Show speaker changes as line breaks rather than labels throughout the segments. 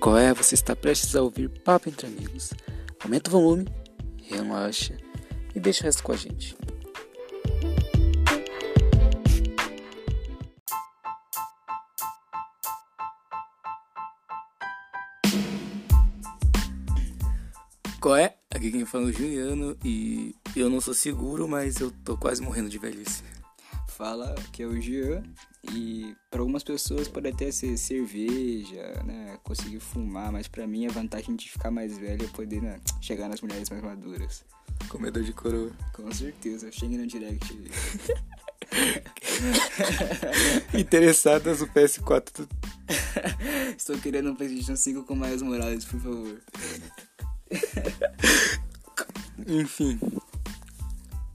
Qual é? Você está prestes a ouvir Papo Entre Amigos. Aumenta o volume, relaxa e deixa o resto com a gente.
Qual é? Aqui quem fala é o Juliano e eu não sou seguro, mas eu tô quase morrendo de velhice.
Fala que é o Jean e para algumas pessoas pode até ser cerveja, né, conseguir fumar, mas para mim a vantagem de ficar mais velho é poder né, chegar nas mulheres mais maduras.
Comedor de coroa.
Com certeza, chegue no direct.
Interessadas no PS4. tu-
Estou querendo um PlayStation 5 com mais Morales, por favor.
Enfim.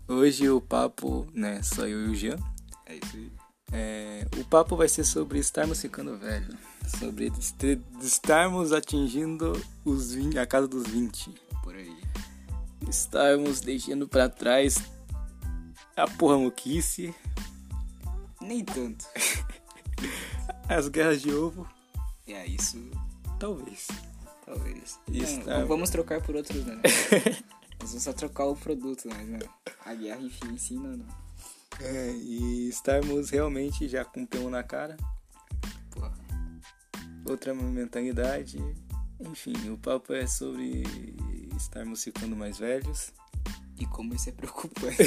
Hoje o papo, né, só eu e o Jean.
É isso aí.
É, o papo vai ser sobre estarmos ficando velho. Sobre este- estarmos atingindo os 20, a casa dos 20.
Por aí.
Estarmos deixando pra trás a porra moquice,
Nem tanto.
as guerras de ovo,
É isso,
talvez.
talvez.
Isso,
Não,
tá.
Vamos trocar por outros, né? Nós vamos só trocar o produto, mas né? A guerra, enfim, ensina, não.
É, e estarmos realmente já com um pelo na cara,
Porra.
outra mentalidade. Enfim, o papo é sobre estarmos ficando mais velhos
E como isso é preocupante.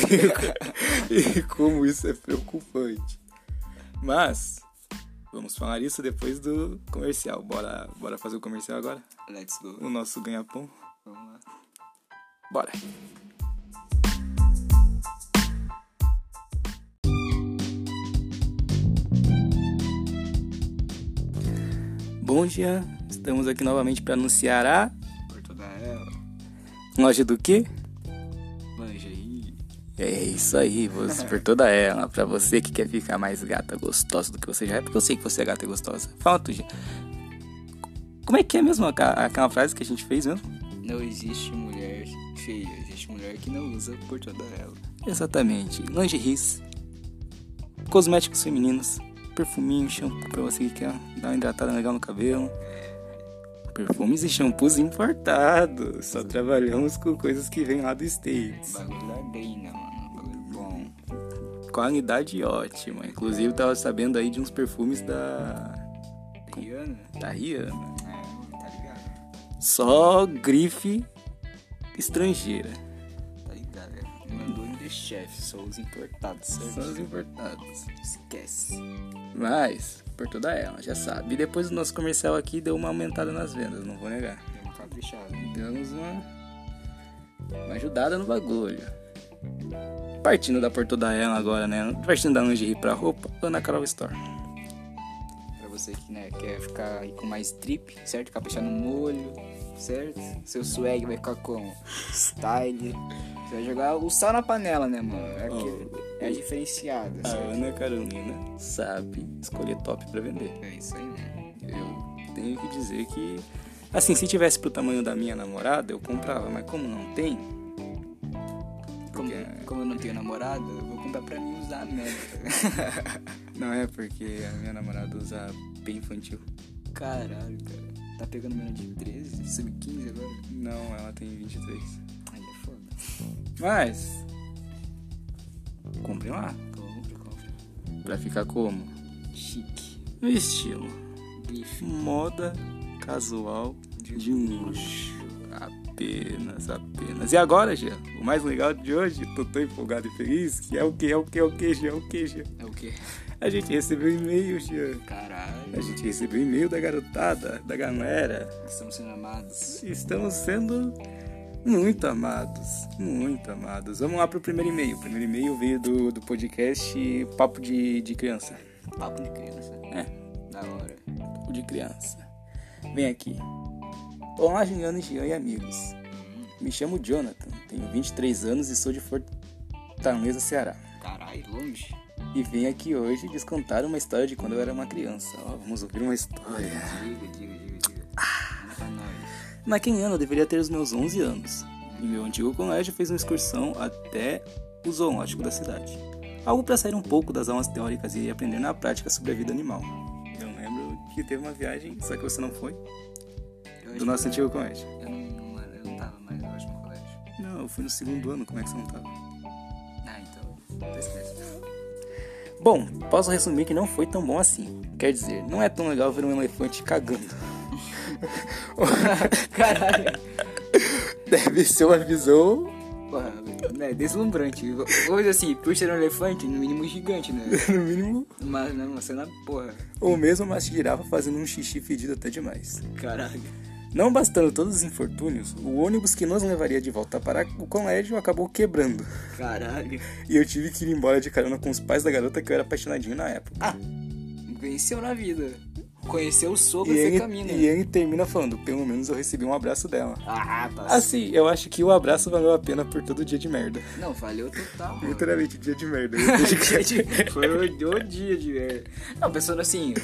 e como isso é preocupante. Mas vamos falar isso depois do comercial. Bora, bora fazer o comercial agora?
Let's
O
go.
nosso ganha-pão.
Vamos lá.
Bora! Bom dia, estamos aqui novamente para anunciar a
Porto da ela.
loja do quê?
Lingerie.
É isso aí, você, por toda ela, pra você que quer ficar mais gata, gostosa do que você já é, porque eu sei que você é gata e gostosa. Fala tu, Gia. Como é que é mesmo aquela, aquela frase que a gente fez mesmo?
Não existe mulher feia, existe mulher que não usa por toda ela.
Exatamente, lingeries, cosméticos femininos, perfuminho, shampoo pra você que quer dar uma hidratada legal no cabelo. Perfumes e shampoos importados, só trabalhamos com coisas que vêm lá dos States.
Bagulho da Dana, né, mano. Bagulho bom.
Qualidade ótima, inclusive tava sabendo aí de uns perfumes da...
é Rihanna?
da Rihanna.
É, tá ligado?
Só grife estrangeira.
Tá ligado, é. Mandou em The Chef, só os importados,
São
certo?
os importados.
Esquece.
Mas, por toda ela, já sabe. E depois do nosso comercial aqui deu uma aumentada nas vendas, não vou negar.
Deu uma caprichada.
Demos uma, uma ajudada no bagulho. Partindo da por toda ela agora, né? Partindo da lingerie pra roupa, Ana Carol Store.
Pra você que né, quer ficar aí com mais drip, certo? Caprichar no molho, certo? Seu swag vai ficar com style. Você vai jogar o sal na panela, né, mano? É, que, é a diferenciada,
A
certo?
Ana Carolina sabe escolher top pra vender.
É isso aí, né?
Eu tenho que dizer que. Assim, se tivesse pro tamanho da minha namorada, eu comprava, mas como não tem,
Como,
Porque-
como eu não tenho namorada, eu vou comprar pra mim usar mesmo.
Não é porque a minha namorada usa bem infantil.
Caralho, cara. Tá pegando menos de 13, sub-15 agora?
Não, ela tem 23.
Aí é foda.
Mas. Comprem lá.
Compra, compra.
Pra ficar como?
Chique.
No estilo.
Bife.
Moda casual de luxo. Apenas, apenas. E agora, Gê? O mais legal de hoje, tô tão empolgado e feliz, que é o que, é o que, é o que, Gê, é o que, Gê?
É o quê?
A gente recebeu e-mail, Gê. A
Caralho.
gente recebeu e-mail da garotada, da galera.
Estamos sendo amados.
Estamos sendo muito amados, muito amados. Vamos lá pro primeiro e-mail. O primeiro e-mail veio do, do podcast Papo de, de Criança.
Papo de criança.
É,
Da hora.
Papo de Criança. Vem aqui. Olá, Juliano e Jean e amigos. Me chamo Jonathan, tenho 23 anos e sou de Fortaleza, Ceará.
Caralho, longe.
E vim aqui hoje descontar uma história de quando eu era uma criança. Ó, vamos ouvir uma história.
Diga, diga, diga, diga. Manda pra nós.
Naquele ano eu deveria ter os meus 11 anos, e meu antigo colégio fez uma excursão até o zoológico da cidade. Algo para sair um pouco das aulas teóricas e aprender na prática sobre a vida animal. Eu lembro que teve uma viagem, só que você não foi.
Eu acho
do nosso
que-
antigo comércio.
Eu não, não era- eu não tava mais, eu acho, no colégio.
Não, eu fui no segundo ano, como é que você não tava?
Ah, então. Então esquece.
Bom, posso resumir que não foi tão bom assim. Quer dizer, não é tão legal ver um elefante cagando.
Caralho.
Deve ser uma visão.
Porra, velho, é deslumbrante. Hoje, assim, por ser um elefante, no mínimo gigante, né?
No mínimo,
Mas, né, uma cena, porra.
ou mesmo uma girafa fazendo um xixi fedido até demais.
Caralho.
Não bastando todos os infortúnios, o ônibus que nos levaria de volta para o colégio acabou quebrando.
Caralho.
E eu tive que ir embora de carona com os pais da garota que eu era apaixonadinho na época. Ah,
Venceu na vida. Conheceu o sogro
e
e
ele,
caminho. né?
e ele termina falando, pelo menos eu recebi um abraço dela.
Ah, passa.
Assim, eu acho que o abraço valeu a pena por todo o dia de merda.
Não, valeu total. mano.
Literalmente, dia de merda.
Dia de- Foi o, o dia de merda. Não, pensando assim,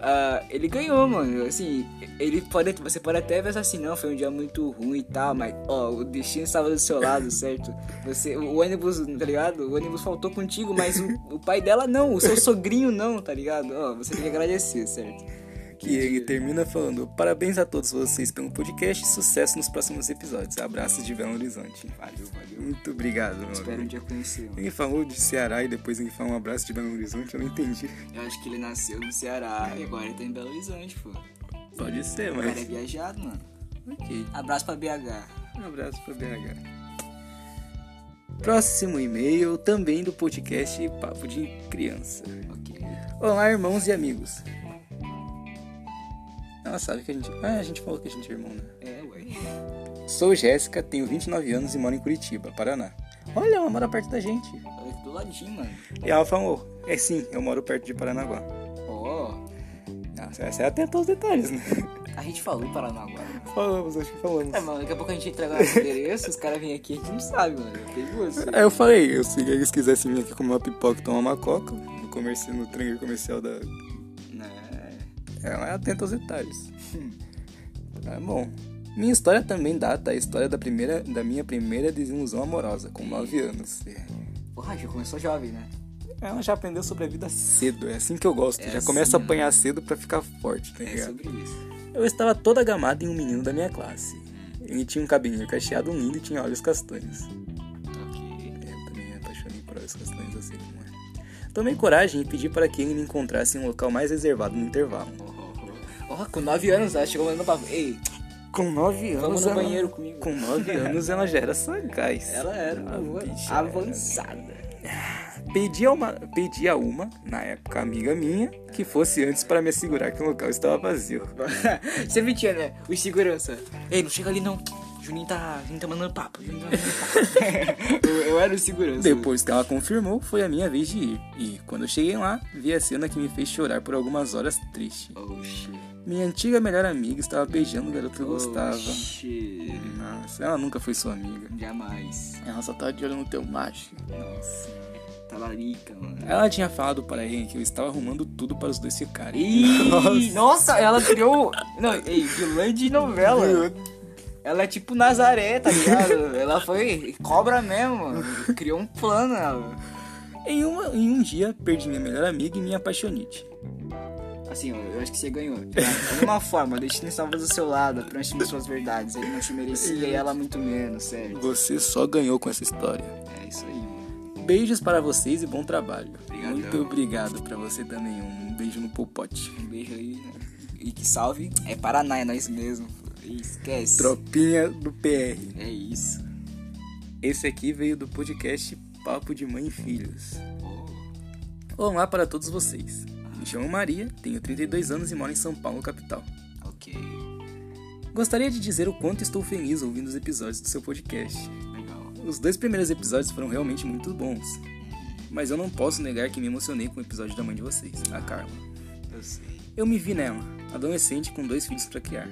ah, ele ganhou, mano. Assim, ele pode, você pode até pensar assim, não, foi um dia muito ruim e tal, mas, ó, o destino estava do seu lado, certo? Você, o ônibus, tá ligado? O ônibus faltou contigo, mas o, o pai dela não, o seu sogrinho não, tá ligado? Ó, você tem que agradecer, certo?
E ele termina falando: Parabéns a todos vocês pelo podcast e sucesso nos próximos episódios. Abraços de Belo Horizonte.
Valeu, valeu.
Muito obrigado, meu
Espero um
amigo.
dia conhecer, mano.
Ele falou de Ceará e depois ele fala um abraço de Belo Horizonte, eu não entendi.
Eu acho que ele nasceu no Ceará e agora ele tá em Belo Horizonte, pô. O
Pode ser,
cara é
mas.
viajado, mano.
Ok.
Abraço pra BH.
Um abraço pra BH. Próximo e-mail também do podcast Papo de Criança.
Ok.
Olá, irmãos e amigos. Ela sabe que a gente. Ah, a gente falou que a gente é irmão, né?
É, ué.
Sou Jéssica, tenho 29 anos e moro em Curitiba, Paraná. Olha, ela mora perto da gente.
Ela é do ladinho, mano.
E ela falou: É sim, eu moro perto de Paranaguá.
Ó,
Ah, Você é atento aos detalhes, né?
a gente falou em Paranaguá. mano.
Falamos, acho que falamos.
É, mano, daqui a pouco a gente entrega o endereço, os caras vêm aqui, a gente não sabe, mano. É perigoso.
Aí eu falei: eu, Se eles quisessem vir aqui comer uma pipoca e tomar uma coca, no, comerci... no trailer comercial da.
Né?
Ela é atenta aos detalhes. tá bom. Minha história também data a história da, primeira, da minha primeira desilusão amorosa, com 9 anos.
Porra, já começou jovem, né?
É. Ela já aprendeu sobre a vida cedo, é assim que eu gosto.
É
já
assim,
começa a
né?
apanhar cedo pra ficar forte, tá
É
ligado?
sobre isso.
Eu estava toda agamada em um menino da minha classe. Ele tinha um cabelinho cacheado lindo e tinha olhos castanhos.
Ok.
É, Eu também me apaixonei por olhos castanhos assim como é. Tomei coragem e pedi para que ele me encontrasse em um local mais reservado no intervalo.
Ó, com 9 anos, ela chegou mandando pra. Ei,
Com 9 anos.
vamos no
ela-
banheiro comigo.
Com 9 anos ela já era sagaz.
Ela era uma
Ah,
avó-
bicha,
avançada.
Pedi a, uma, pedi a uma, na época amiga minha, que fosse antes para me assegurar que o local estava vazio.
Você mentia, né? O segurança. Ei, não chega ali não. Juninho tá, Juninho tá mandando papo. Juninho tá mandando papo. eu, eu era o segurança.
Depois que ela confirmou, foi a minha vez de ir. E quando eu cheguei lá, vi a cena que me fez chorar por algumas horas triste.
Oh, shit.
Minha antiga melhor amiga estava beijando o garoto que eu gostava.
Oh, shit.
Nossa, ela nunca foi sua amiga.
Jamais.
Ela só tava de olho no teu macho.
Nossa. Talarica, mano.
Ela tinha falado para ele que eu estava arrumando tudo para os dois ficarem.
Ih, nossa. ela criou. um- Não, ei, vilã de novela. Ela é tipo Nazaré, tá ligado? ela foi cobra mesmo, mano. Criou um plano, ela.
Em, uma- em um dia, perdi minha melhor amiga e minha apaixonite.
Assim, eu eu acho que você ganhou. tá? De alguma forma, o destino estava do seu lado, preenchendo suas verdades. Ele não te merecia e ela muito menos, sério.
Você só ganhou com essa história.
É isso aí, mano.
Beijos para vocês e bom trabalho.
Obrigadão.
Muito obrigado para você também. Um beijo no popote.
Um beijo aí, né? E que salve. É Paraná, é nós mesmo. E Esquece.
Tropinha do PR.
É isso.
Esse aqui veio do podcast Papo de Mãe e Filhos.
Oh,
Olá para todos vocês. Me chamo Maria, tenho 32 anos e moro em São Paulo, capital.
ok.
Gostaria de dizer o quanto estou feliz ouvindo os episódios do seu podcast.
Legal.
Os dois primeiros episódios foram realmente muito bons. Mas eu não posso negar que me emocionei com o episódio da mãe de vocês, a Carla.
Eu sei.
Eu me vi nela, adolescente com dois filhos para criar.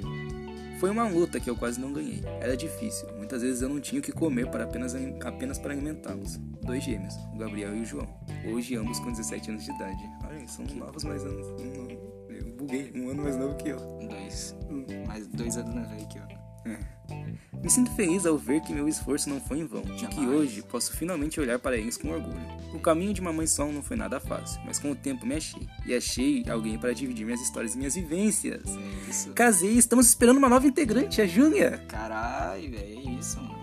Foi uma luta que eu quase não ganhei. Era difícil. Muitas vezes eu não tinha o que comer para apenas, apenas para alimentá-los. Dois gêmeos, o Gabriel e o João. Hoje ambos com 17 anos de idade. Olha, eles são novos mais anos. um ano- Eu buguei, um ano mais novo que eu.
Dois. Mais dois anos né, na velha aqui, ó.
Me sinto feliz ao ver que meu esforço não foi em vão e que
Jamais.
hoje posso finalmente olhar para eles com orgulho. O caminho de mamãe solo não foi nada fácil, mas com o tempo me achei. E achei alguém para dividir minhas histórias e minhas vivências.
É isso.
Casei e estamos esperando uma nova integrante, a Júlia.
Caralho, velho, é isso, mano.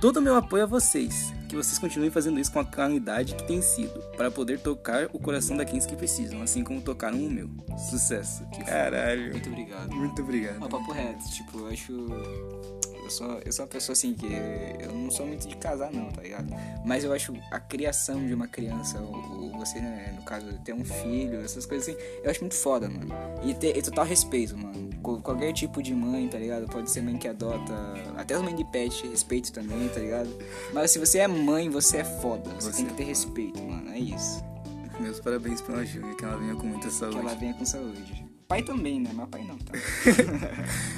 Todo o meu apoio a vocês. Que vocês continuem fazendo isso com a qualidade que tem sido, para poder tocar o coração daqueles que precisam, assim como tocaram o meu. Sucesso. Caralho.
Muito obrigado.
Muito
Não,
obrigado.
É papo reto, tipo, eu acho. Eu sou, eu sou uma pessoa assim que. Eu não sou muito de casar, não, tá ligado? Mas eu acho a criação de uma criança, ou, ou você, né, no caso, ter um filho, essas coisas assim, eu acho muito foda, mano. E ter e total respeito, mano. Co- Qualquer tipo de mãe, tá ligado? Pode ser mãe que adota, até as mães de pet, respeito também, tá ligado? Mas se você é mãe, você é foda. Você,
Você
tem
é
que ter respeito, mano. É isso.
Meus parabéns pela Júlia, que ela venha com muita
Que ela
saúde.
venha com saúde. Pai também, né? Mas pai não, tá?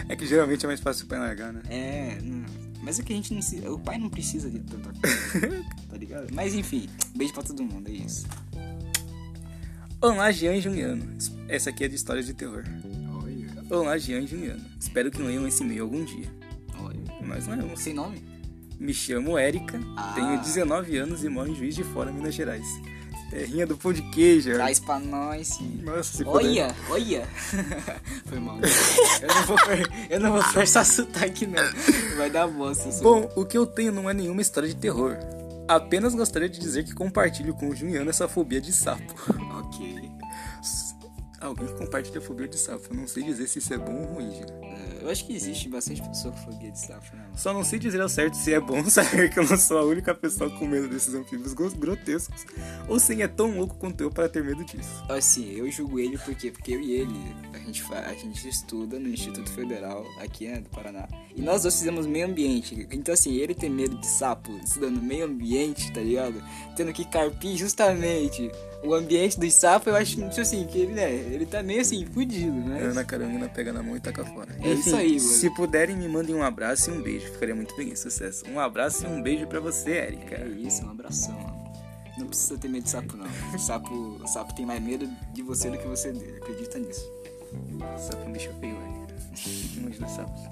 É que geralmente é mais fácil o pai largar, né?
É, não. mas é que a gente não se... O pai não precisa de tanta coisa, tá ligado? Mas enfim, beijo pra todo mundo, é isso.
Olá, Jean e Juliano. Essa aqui é de histórias de terror.
Olha.
Olá, Jean e Juliano. Espero que leiam esse e-mail algum dia.
Olha.
Mas não é.
Sem nome?
Me chamo Érica,
Ah.
tenho 19 anos e moro em Juiz de Fora, Minas Gerais. Terrinha do pão de queijo.
Traz pra nós. filho.
Nossa, se puder.
Olha, olha. Foi mal. Eu não vou, for- eu não vou forçar sotaque, não. Vai dar bosta. seu-
Bom, o que eu tenho não é nenhuma história de terror. Apenas gostaria de dizer que compartilho com o Juliano essa fobia de sapo.
Ok.
Alguém compartilha a fobia de sapo. Eu não sei dizer se isso é bom ou ruim, Jean.
Eh, Eu acho que existe bastante pessoa com fobia de safra, né? mano?
Só não sei dizer ao certo se é bom saber que eu não sou a única pessoa com medo desses anfíbios gros- grotescos. Ou se é tão louco quanto eu para ter medo disso.
Assim, eu julgo ele por quê? Porque eu e ele, a gente, fa- a gente estuda no Instituto Federal aqui né, do Paraná. E nós dois fizemos meio ambiente. Então, assim, ele tem medo de sapo estudando meio ambiente, tá ligado? Tendo que carpir justamente o ambiente dos sapos, eu acho tipo assim, que ele, né, ele tá meio assim, fudido, né?
Ana Carolina pega na mão e taca fora.
É isso aí, mano.
Se puderem, me mandem um abraço e um beijo. Ficaria muito feliz, sucesso. Um abraço e um beijo pra você,
É
Erika.
isso, um abração, mano. Não precisa ter medo de sapo, não. Sapo, sapo tem mais medo de você do que você dele. Acredita nisso.
Sapo me deixa é feio, Erika. Longe dos sapos.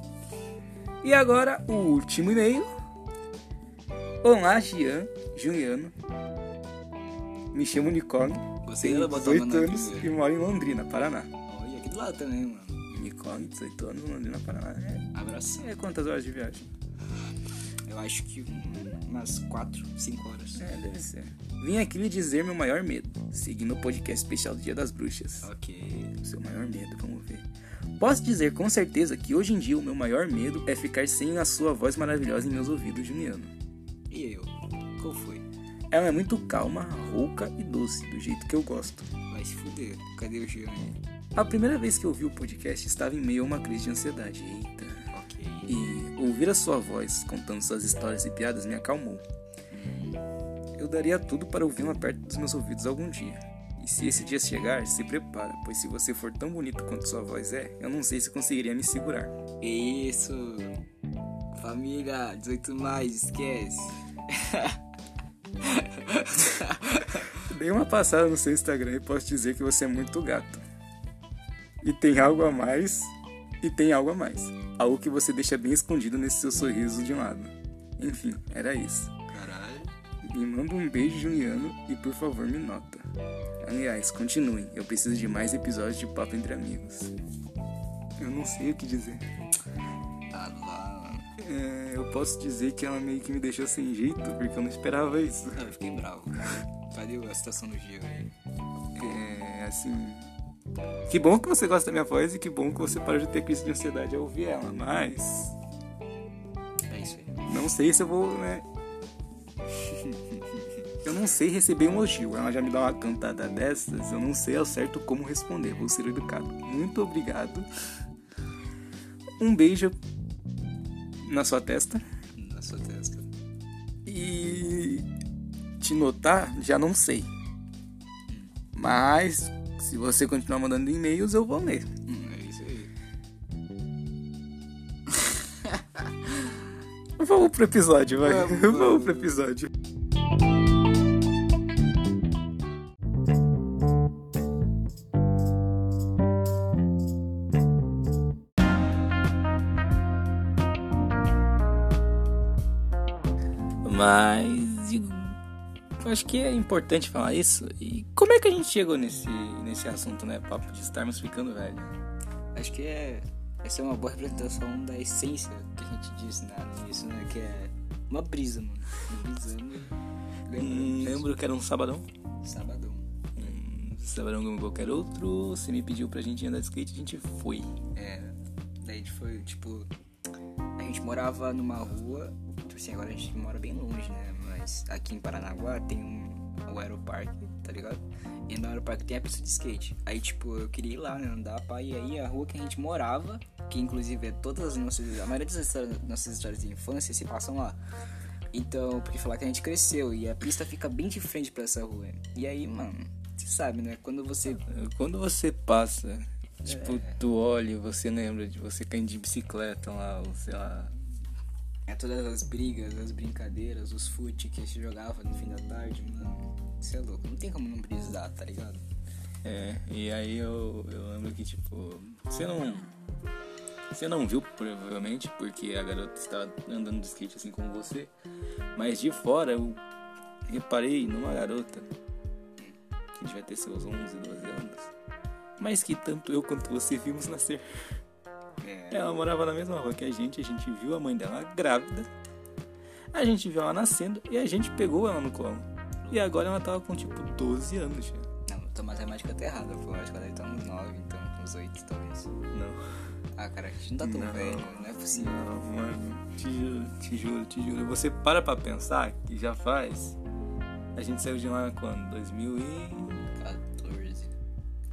E agora, o último e-mail. Olá, Gian, Juliano. Me chamo Unicórnio.
Você
Tenho
ia botar o
18
nome né?
anos e
primeiro.
moro em Londrina, Paraná.
Olha, aqui do lado também, mano.
Unicórnio, 18 anos, Londrina, Paraná.
Abração.
É, é quantas horas de viagem?
Eu acho que um- umas 4, 5 horas.
É, deve ser. Vim aqui lhe dizer meu maior medo, seguindo o podcast especial do Dia das Bruxas.
Ok.
Seu maior medo, vamos ver. Posso dizer com certeza que hoje em dia o meu maior medo é ficar sem a sua voz maravilhosa em meus ouvidos, Juliano.
E eu? Qual foi?
Ela é muito calma, rouca e doce, do jeito que eu gosto.
Vai se fuder. Cadê o Jean?
A primeira vez que eu ouvi o podcast estava em meio a uma crise de ansiedade. Eita.
Ok.
E ouvir a sua voz contando suas histórias e piadas me acalmou. Eu daria tudo para ouvi-la perto dos meus ouvidos algum dia. E se esse dia chegar, se prepara, pois se você for tão bonito quanto sua voz é, eu não sei se conseguiria me segurar.
É isso. Família, 18 mais, esquece.
Dei uma passada no seu Instagram e posso dizer que você é muito gato. E tem algo a mais, e tem algo a mais. Algo que você deixa bem escondido nesse seu sorriso de lado. Enfim, era isso.
Caralho.
Me manda um beijo, Juliano, e por favor me nota. Aliás, continuem, eu preciso de mais episódios de Papo Entre Amigos. Eu não sei o que dizer.
Ah lá, mano.
É, eu posso dizer que ela meio que me deixou sem jeito, porque eu não esperava isso.
Não, eu fiquei bravo. Cadê a situação do Jean aí?
É, assim. Que bom que você gosta da minha voz e que bom que você parou de ter crise de ansiedade ao ouvir ela, mas.
É isso aí.
Não sei se eu vou, né? Eu não sei receber um elogio. Ela já me dá uma cantada dessas, eu não sei ao certo como responder. Vou ser educado. Muito obrigado. Um beijo na sua testa.
Na sua testa.
E te notar, já não sei. Mas se você continuar mandando e-mails, eu vou ler.
Hum, é isso aí.
Vamos pro episódio, vai.
Vamos,
Vamos,
vamos.
pro episódio. Mas e- eu acho que é importante falar isso. E como é que a gente chegou nesse, nesse assunto, né? Papo de estarmos ficando velho.
Acho que é. Essa é uma boa representação da essência que a gente disse na isso, né? Que é uma brisa, mano. Uma brisa, né?
Hum,
Lembra?
lembro que era um sabadão.
disso? Sabadão.
Hum, sabadão como qualquer outro. Você me pediu pra gente andar de skate, a gente foi.
É. Daí a gente foi, tipo. A gente morava numa rua. Tipo assim, agora a gente mora bem longe, né? Mas aqui em Paranaguá tem um, o aeroparque, tá ligado? E no aeroparque tem a pista de skate. Aí, tipo, eu queria ir lá, né? Andar pra ir aí a rua que a gente morava, que inclusive é todas as nossas. A maioria das histórias- nossas histórias de infância se passam lá. Então, porque falar que a gente cresceu e a pista fica bem de frente pra essa rua. E aí, mano, você sabe, né? Quando você
Quando você passa, tipo, tu olha e você lembra de você caindo de bicicleta lá, ou sei lá.
É todas as brigas, as brincadeiras, os fute que se jogava no fim da tarde, mano. Você é louco, não tem como não brisar, tá ligado?
É, e aí eu, eu lembro que, tipo, você não. Você não viu, provavelmente, porque a garota estava andando de skate assim como você. Mas de fora eu reparei numa garota que devia ter seus 11, 12 anos. Mas que tanto eu quanto você vimos nascer.
É.
Ela morava na mesma rua que a gente, a gente viu a mãe dela grávida, a gente viu ela nascendo e a gente pegou ela no colo. E agora ela tava com tipo 12 anos já.
Não, tua matemática tá errada, pô. Acho que ela deve tá nos 9, então, uns 8, talvez.
Não.
Ah, cara, a gente não tá tão
Não.
velho, não é possível.
Não, mano. Te juro, te juro, te juro. Você para pra pensar que já faz. A gente saiu de lá quando? 2000 e.
14,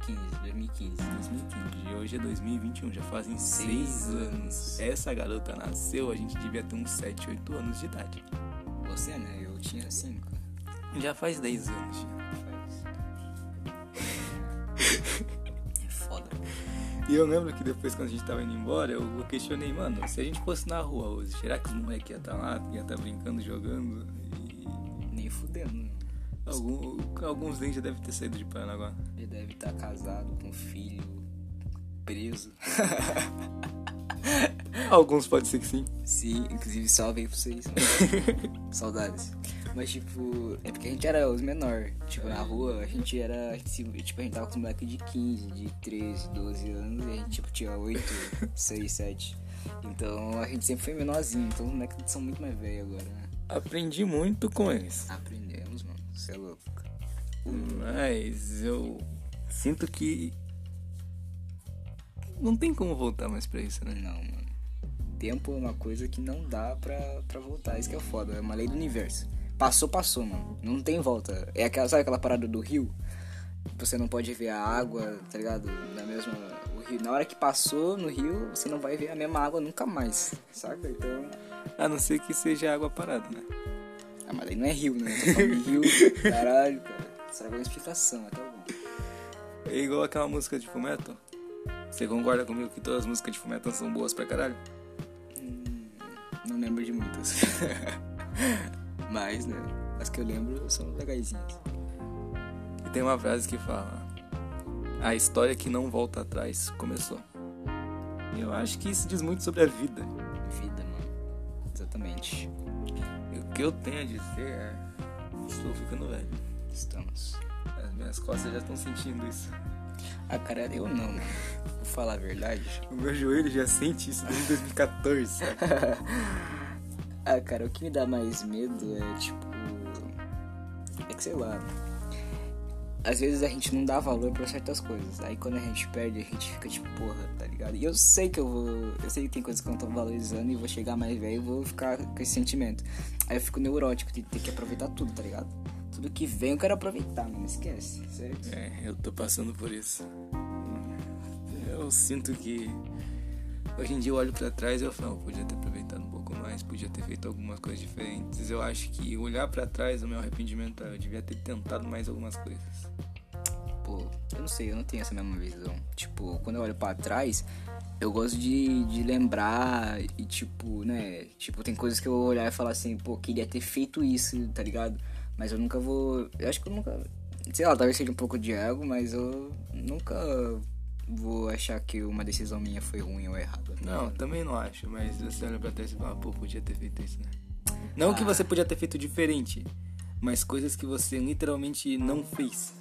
15, 2015.
2015. E hoje é 2021, já fazem
Seis
6 anos.
anos.
Essa garota nasceu, a gente devia ter uns 7, 8 anos de idade.
Você, né? Eu tinha 5.
Já faz 10 anos. já.
É foda.
E eu lembro que depois, quando a gente tava indo embora, eu eu questionei, mano, se a gente fosse na rua hoje, será que os moleques iam estar lá, iam estar brincando, jogando? E
Nem fudendo, né? mano.
algum- alguns deles já devem ter saído de Paranaguá.
Ele deve estar casado com filho, preso.
Alguns pode ser que sim.
Sim, inclusive salve aí pra vocês. mano. Saudades. Mas tipo, é porque a gente era os menor. Tipo, na rua a gente era. a gente se- Tipo, a gente tava com moleque de 15, de 13, 12 anos, e a gente tipo, tinha 8, 6, 7. Então a gente sempre foi menorzinho, então os moleques são muito mais velhos agora, né?
Aprendi muito com eles.
Aprendemos, mano. Você é louco.
Mas eu sinto que. Não tem como voltar mais pra isso, né?
Não, mano. Tempo é uma coisa que não dá pra, pra voltar. Isso que é foda. É uma lei do universo. Passou, passou, mano. Não tem volta. É aquela, sabe aquela parada do rio? Você não pode ver a água, tá ligado? Na mesma. O rio. Na hora que passou no rio, você não vai ver a mesma água nunca mais. Saca? Então.
A não ser que seja água parada, né?
Ah, mas aí não é rio, né? Eu tô falando de rio. Caralho, cara. Será que é uma explicação? Mas tá bom.
É igual aquela música de fumeto. Você concorda comigo que todas as músicas de fumeto são boas pra caralho?
Não lembro de muitas. mas, né? As que eu lembro são legaisinhas.
E tem uma frase que fala: A história que não volta atrás começou. E eu acho que isso diz muito sobre a vida.
Vida, mano. Exatamente.
E o que eu tenho a dizer é: Estou ficando velho.
Estamos.
As minhas costas já estão sentindo isso.
Ah, cara, eu não, mano. Vou falar a verdade.
O meu joelho já sente isso desde 2014. sabe?
Ah, cara, o que me dá mais medo é, tipo. É que sei lá. Às vezes a gente não dá valor pra certas coisas. Aí quando a gente perde, a gente fica tipo, porra, tá ligado? E eu sei que eu vou. Eu sei que tem coisas que eu não tô valorizando e vou chegar mais velho e vou ficar com esse sentimento. Aí eu fico neurótico de ter que aproveitar tudo, tá ligado? Tudo que vem eu quero aproveitar, mano. Esquece, certo?
é, eu tô passando por isso. Eu sinto que. Hoje em dia eu olho pra trás e eu falo, podia ter aproveitado um pouco mais, podia ter feito algumas coisas diferentes. Eu acho que olhar pra trás, o meu arrependimento é, eu devia ter tentado mais algumas coisas.
Pô, Tipo, eu não sei, eu não tenho essa mesma visão. Tipo, quando eu olho pra trás, eu gosto de, de lembrar e, tipo, né? Tipo, tem coisas que eu vou olhar e falar assim, pô, queria ter feito isso, tá ligado? Mas eu nunca vou. Eu acho que eu nunca. Sei lá, talvez seja um pouco de ego, mas eu nunca vou achar que uma decisão minha foi ruim ou errada. tá
Não,
ligado?
"Ah, também não acho, mas você olha pra trás e fala, pô, podia ter feito isso, né? Não que você podia ter feito diferente, mas coisas que você literalmente não fez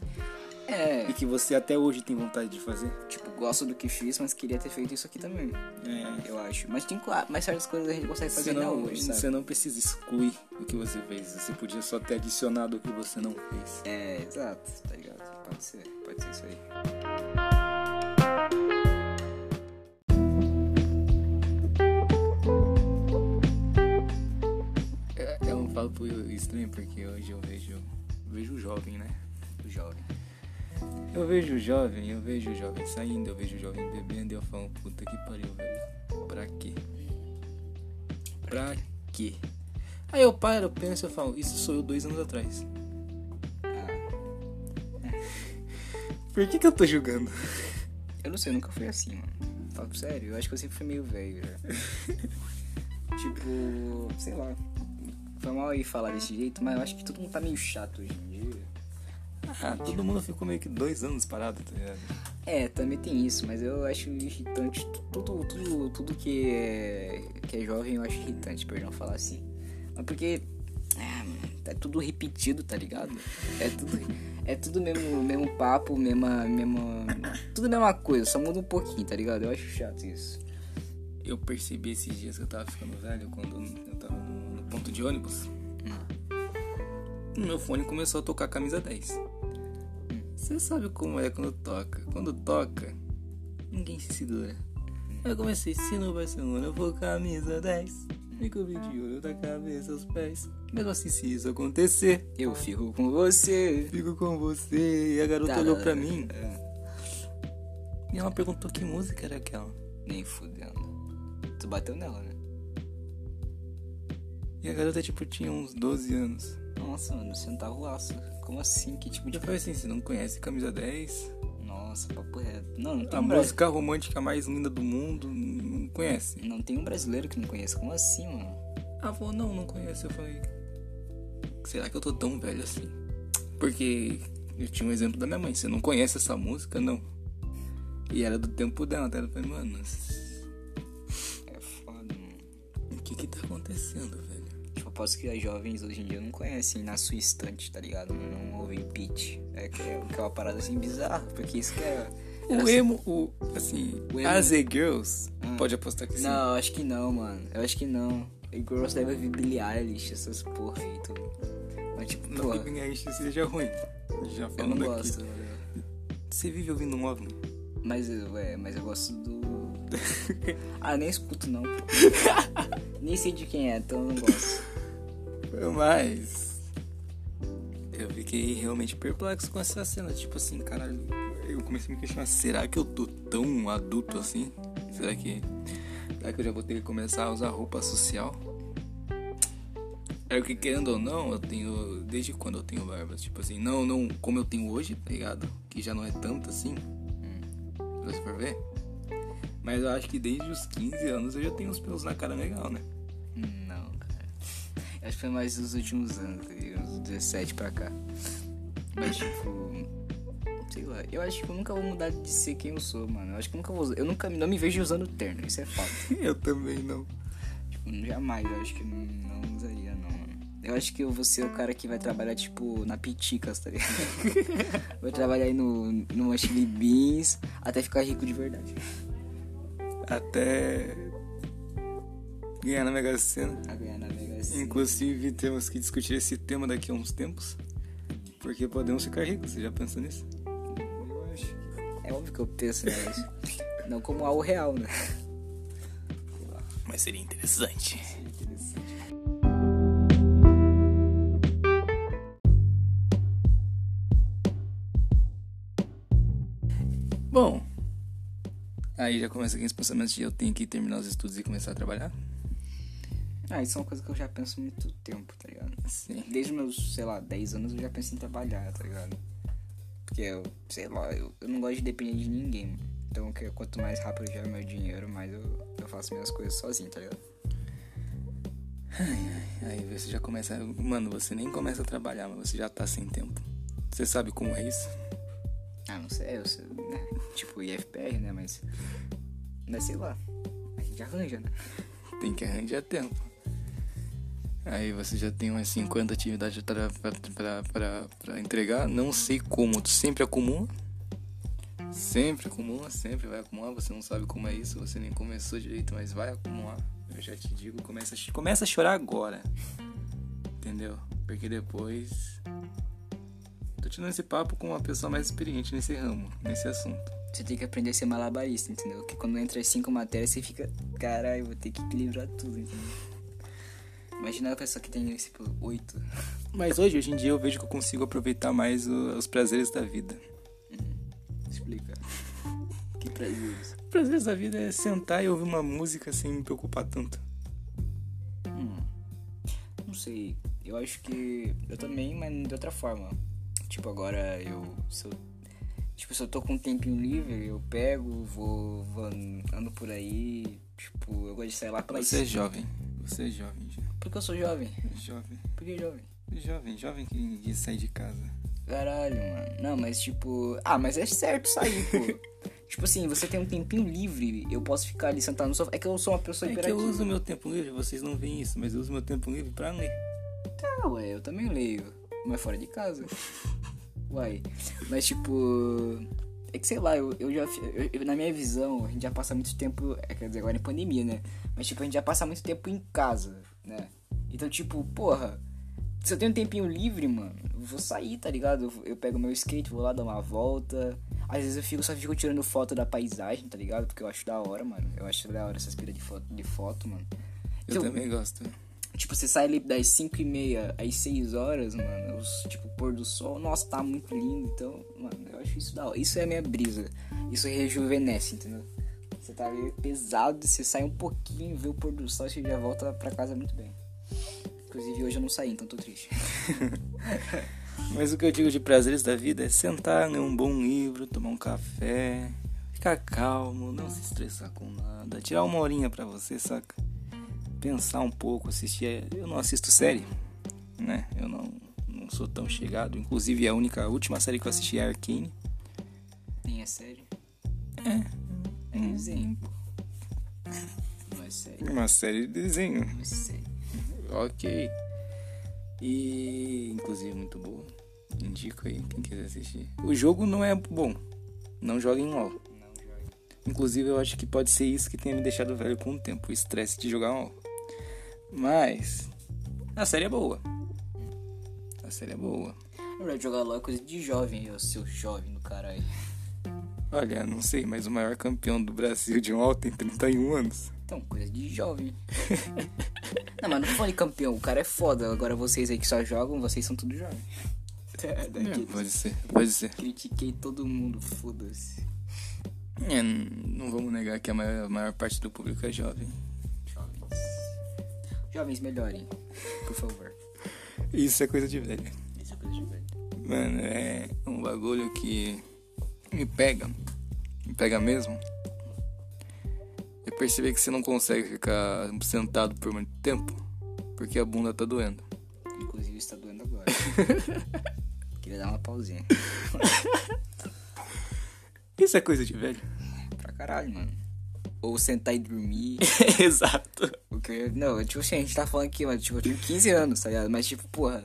É,
e que você até hoje tem vontade de fazer.
tipo, gosto do que fiz, mas queria ter feito isso aqui também. né,
É.
Eu acho. Mas tem claro, mas certas coisas a gente consegue
Você
fazer não,
não,
hoje, sabe?
você não precisa excluir o que você fez. Você podia só ter adicionado o que você não fez.
É, exato, tá ligado? Pode ser, pode ser isso aí.
É, é um papo estranho porque hoje eu vejo, vejo o jovem, né?
O jovem.
Eu vejo o jovem, eu vejo o jovem saindo, eu vejo o jovem bebendo e eu falo, puta que pariu, velho. Pra quê? Pra quê? Aí eu paro, eu penso e eu falo, isso sou eu dois anos atrás.
Ah,
Por que que eu tô julgando?
eu não sei, eu nunca fui assim, mano. Falo sério, eu acho que eu sempre fui meio velho já. tipo, sei lá. Foi mal aí falar desse jeito, mas eu acho que todo mundo tá meio chato hoje em dia.
Ah, todo mundo ficou meio que dois anos parado, tá ligado?
É, também tem isso, mas eu acho irritante tu- tudo, tudo, tudo que, é, que é jovem eu acho irritante, perdão falar assim. Mas porque ah, mano, tá tudo repetido, tá ligado? É tudo, é tudo mesmo, mesmo papo, mesma, mesma. Tudo a mesma coisa, só muda um pouquinho, tá ligado? Eu acho chato isso.
Eu percebi esses dias que eu tava ficando velho quando eu tava no, no ponto de ônibus. Meu fone começou a tocar camisa 10. Você sabe como é quando toca. Quando toca, ninguém se segura. Eu comecei, se no Barcelona um eu vou camisa 10. Me cobri de olho da cabeça aos pés. Mesmo assim, se isso acontecer,
Eu fico com você.
fico com você. E a garota
Tá.
olhou pra mim. E ela perguntou que música era aquela.
Nem fudendo. Tu bateu nela, né?
E a garota, tipo, tinha uns 12 anos.
Nossa, mano, você não tá ruaço. Como assim? Que tipo de.
Eu falei assim, você não conhece Camisa 10?
Nossa, papo reto. Não, não tem
A
um brasi-
música romântica mais linda do mundo, não conhece?
Não tem um brasileiro que não conheça. Como assim, mano?
Ela falou, não, não conheço. Eu falei, será que eu tô tão velho assim? Porque eu tinha um exemplo da minha mãe, você não conhece essa música? Não. E era do tempo dela, até ela falou, mano,
É foda, mano.
o que que tá acontecendo, velho?
Tipo, aposto que as jovens hoje em dia não conhecem na sua estante, tá ligado? Não ouvem pitch. É que é, que é uma parada assim bizarra, porque isso que é.
O emo, o, Hum. assim,
O emo-
as e girls, pode apostar que sim.
Não, eu acho que não, mano. Eu acho que não. E Girls deve ouvir Billie Eilish, essas porra aí e tudo. Mas tipo,
Não que
porra,
Billie Eilish seja ruim. Já
eu não
falando aqui.
gosto. mano.
Você vive ouvindo um OVNI?
Mas, eu- é, mas eu gosto do. ah, nem escuto não. pô. nem sei de quem é, então eu não gosto.
Mas eu fiquei realmente perplexo com essa cena. Tipo assim, caralho, eu comecei a me questionar, será que eu tô tão adulto assim? Será que. Será que eu já vou ter que começar a usar roupa social? É que querendo ou não, eu tenho. Desde quando eu tenho barba, tipo assim, não, não, como eu tenho hoje, tá ligado? Que já não é tanto assim. hum, Se você for ver. Mas eu acho que desde os 15 anos eu já tenho uns pelos na cara legal, né?
Não, cara. Eu acho que foi mais dos últimos anos, tá ligado? Uns 17 pra cá. Mas, tipo. Sei lá, eu acho que eu nunca vou mudar de ser quem eu sou, mano. Eu acho que eu nunca vou usar. Eu nunca não me vejo usando terno, isso é fato.
eu também não.
tipo, jamais, eu acho que não, não usaria, não, mano. Eu acho que eu vou ser o cara que vai trabalhar, tipo, na Piticas, tá ligado? vai trabalhar aí no, no Chili Beans até ficar rico de verdade.
até ganhar na Mega Sena.
A ganhar na Vegas.
Inclusive, temos que discutir esse tema daqui a uns tempos, porque podemos ficar ricos, você já pensou nisso?
Eu acho que- É óbvio que eu penso, né? mas Não como algo real, né?
Mas seria interessante. Bom, aí já começa aqui os pensamentos de eu tenho que terminar os estudos e começar a trabalhar.
Ah, isso é uma coisa que eu já penso há muito tempo, tá ligado?
Sim.
Desde meus, sei lá, 10 anos eu já penso em trabalhar, tá ligado? Porque eu, sei lá, eu, eu não gosto de depender de ninguém. Então, que- quanto mais rápido eu gero meu dinheiro, mais eu, eu faço minhas coisas sozinho, tá ligado?
Aí você já começa. Mano, você nem começa a trabalhar, mas você já tá sem tempo. Você sabe como é isso?
Ah, não sei, eu sei, né? Tipo IFPR, né? Mas. Mas sei lá. A gente arranja, né?
Tem que arranjar tempo. Aí você já tem umas 50 atividades pra, pra, pra, pra, pra entregar. Não sei como, tu sempre acumula. Sempre acumula, sempre vai acumular. Você não sabe como é isso, você nem começou direito, mas vai acumular. Eu já te digo, começa a, ch- começa a chorar agora. Entendeu? Porque depois. Tô te dando esse papo com uma pessoa mais experiente nesse ramo, nesse assunto.
Você tem que aprender a ser malabarista, entendeu? Que quando entra as cinco matérias, você fica, caralho, vou ter que equilibrar tudo, entendeu? Imagina a pessoa que tem, tipo, oito.
Mas hoje, hoje em dia, eu vejo que eu consigo aproveitar mais o- os prazeres da vida.
Explica. que prazer isso.
prazeres da vida é sentar e ouvir uma música sem me preocupar tanto.
Hum. Não sei. Eu acho que. Eu também, mas de outra forma. Tipo, agora eu. Se eu tipo, se eu tô com um tempinho livre, eu pego, vou. vou an- ando por aí. Tipo, eu gosto de sair lá pelas.
Você é jovem. Você é jovem, já.
Porque eu sou jovem.
Jovem. é
Por que jovem?
Jovem, jovem que ninguém sai de casa.
Caralho, mano. Não, mas tipo. Ah, mas é certo sair, pô. tipo assim, você tem um tempinho livre, eu posso ficar ali sentado no sofá. É que eu sou uma pessoa
É que eu
hiperativa.
uso meu tempo livre, vocês não veem isso, mas eu uso meu tempo livre pra ler.
Ah, ué, eu também leio. Mas é fora de casa. Uai. Mas tipo. É que sei lá, eu, eu já. fi- eu- eu- na minha visão, a gente já passa muito tempo. é, quer dizer, agora em pandemia, né? Mas tipo, a gente já passa muito tempo em casa, né? Então, tipo, porra. Se eu tenho um tempinho livre, mano, eu vou sair, tá ligado? Eu, eu pego meu skate, vou lá dar uma volta. Às vezes eu fico, só fico tirando foto da paisagem, tá ligado? Porque eu acho da hora, mano. Eu acho da hora essas piras de foto, de foto, mano.
Eu
Então,
também gosto.
Tipo, você sai ali das 5 e meia às 6 horas, mano. Os, tipo, pôr do sol, nossa, tá muito lindo. Então, mano, eu acho isso da hora. Isso é a minha brisa. Isso rejuvenesce, entendeu? Você tá ali pesado, você sai um pouquinho, vê o pôr do sol, você já volta pra casa muito bem. Inclusive, hoje eu não saí, então tô triste.
Mas o que eu digo de prazeres da vida é sentar, ler um bom livro, tomar um café, ficar calmo, não se estressar com nada, tirar uma horinha pra você, saca? Pensar um pouco, assistir. Eu não assisto série, né? Eu não, não sou tão chegado. Inclusive, é a única, a última série que eu assisti é Arcane.
Nem é sério? É. É
Hum.
desenho, pô. Não é sério,
Uma série de desenho.
não é sério.
Ok. E inclusive muito boa. Indico aí quem quiser assistir. O jogo não é bom. Não joga em LOL.
Não, Jorge.
Inclusive eu acho que pode ser isso que tenha me deixado velho com o tempo, o estresse de jogar LOL. Mas a série é boa. A série é boa.
Na verdade, jogar LOL é coisa de jovem, eu seu jovem do caralho.
Olha, não sei, mas o maior campeão do Brasil de LOL tem 31 anos.
Então, coisa de jovem. não, mas não tô falando de campeão, o cara é foda. Agora vocês aí que só jogam, vocês são tudo jovem. É, daqui-
pode ser, pode ser.
Critiquei todo mundo, foda-se.
É, não vamos negar que a maior- a maior parte do público é jovem.
Jovens. Jovens, melhorem, por favor.
Isso é coisa de velho.
Isso é coisa de velho.
Mano, é um bagulho que me pega, me pega mesmo. É perceber que você não consegue ficar sentado por muito tempo porque a bunda tá doendo.
Inclusive, está doendo agora. Queria dar uma pausinha.
Isso é coisa de velho.
Pra caralho, mano. Ou sentar e dormir.
Exato.
o que eu- Não, tipo assim, a gente tá falando aqui, mano. Tipo, eu tenho 15 anos, tá ligado? Mas, tipo, porra,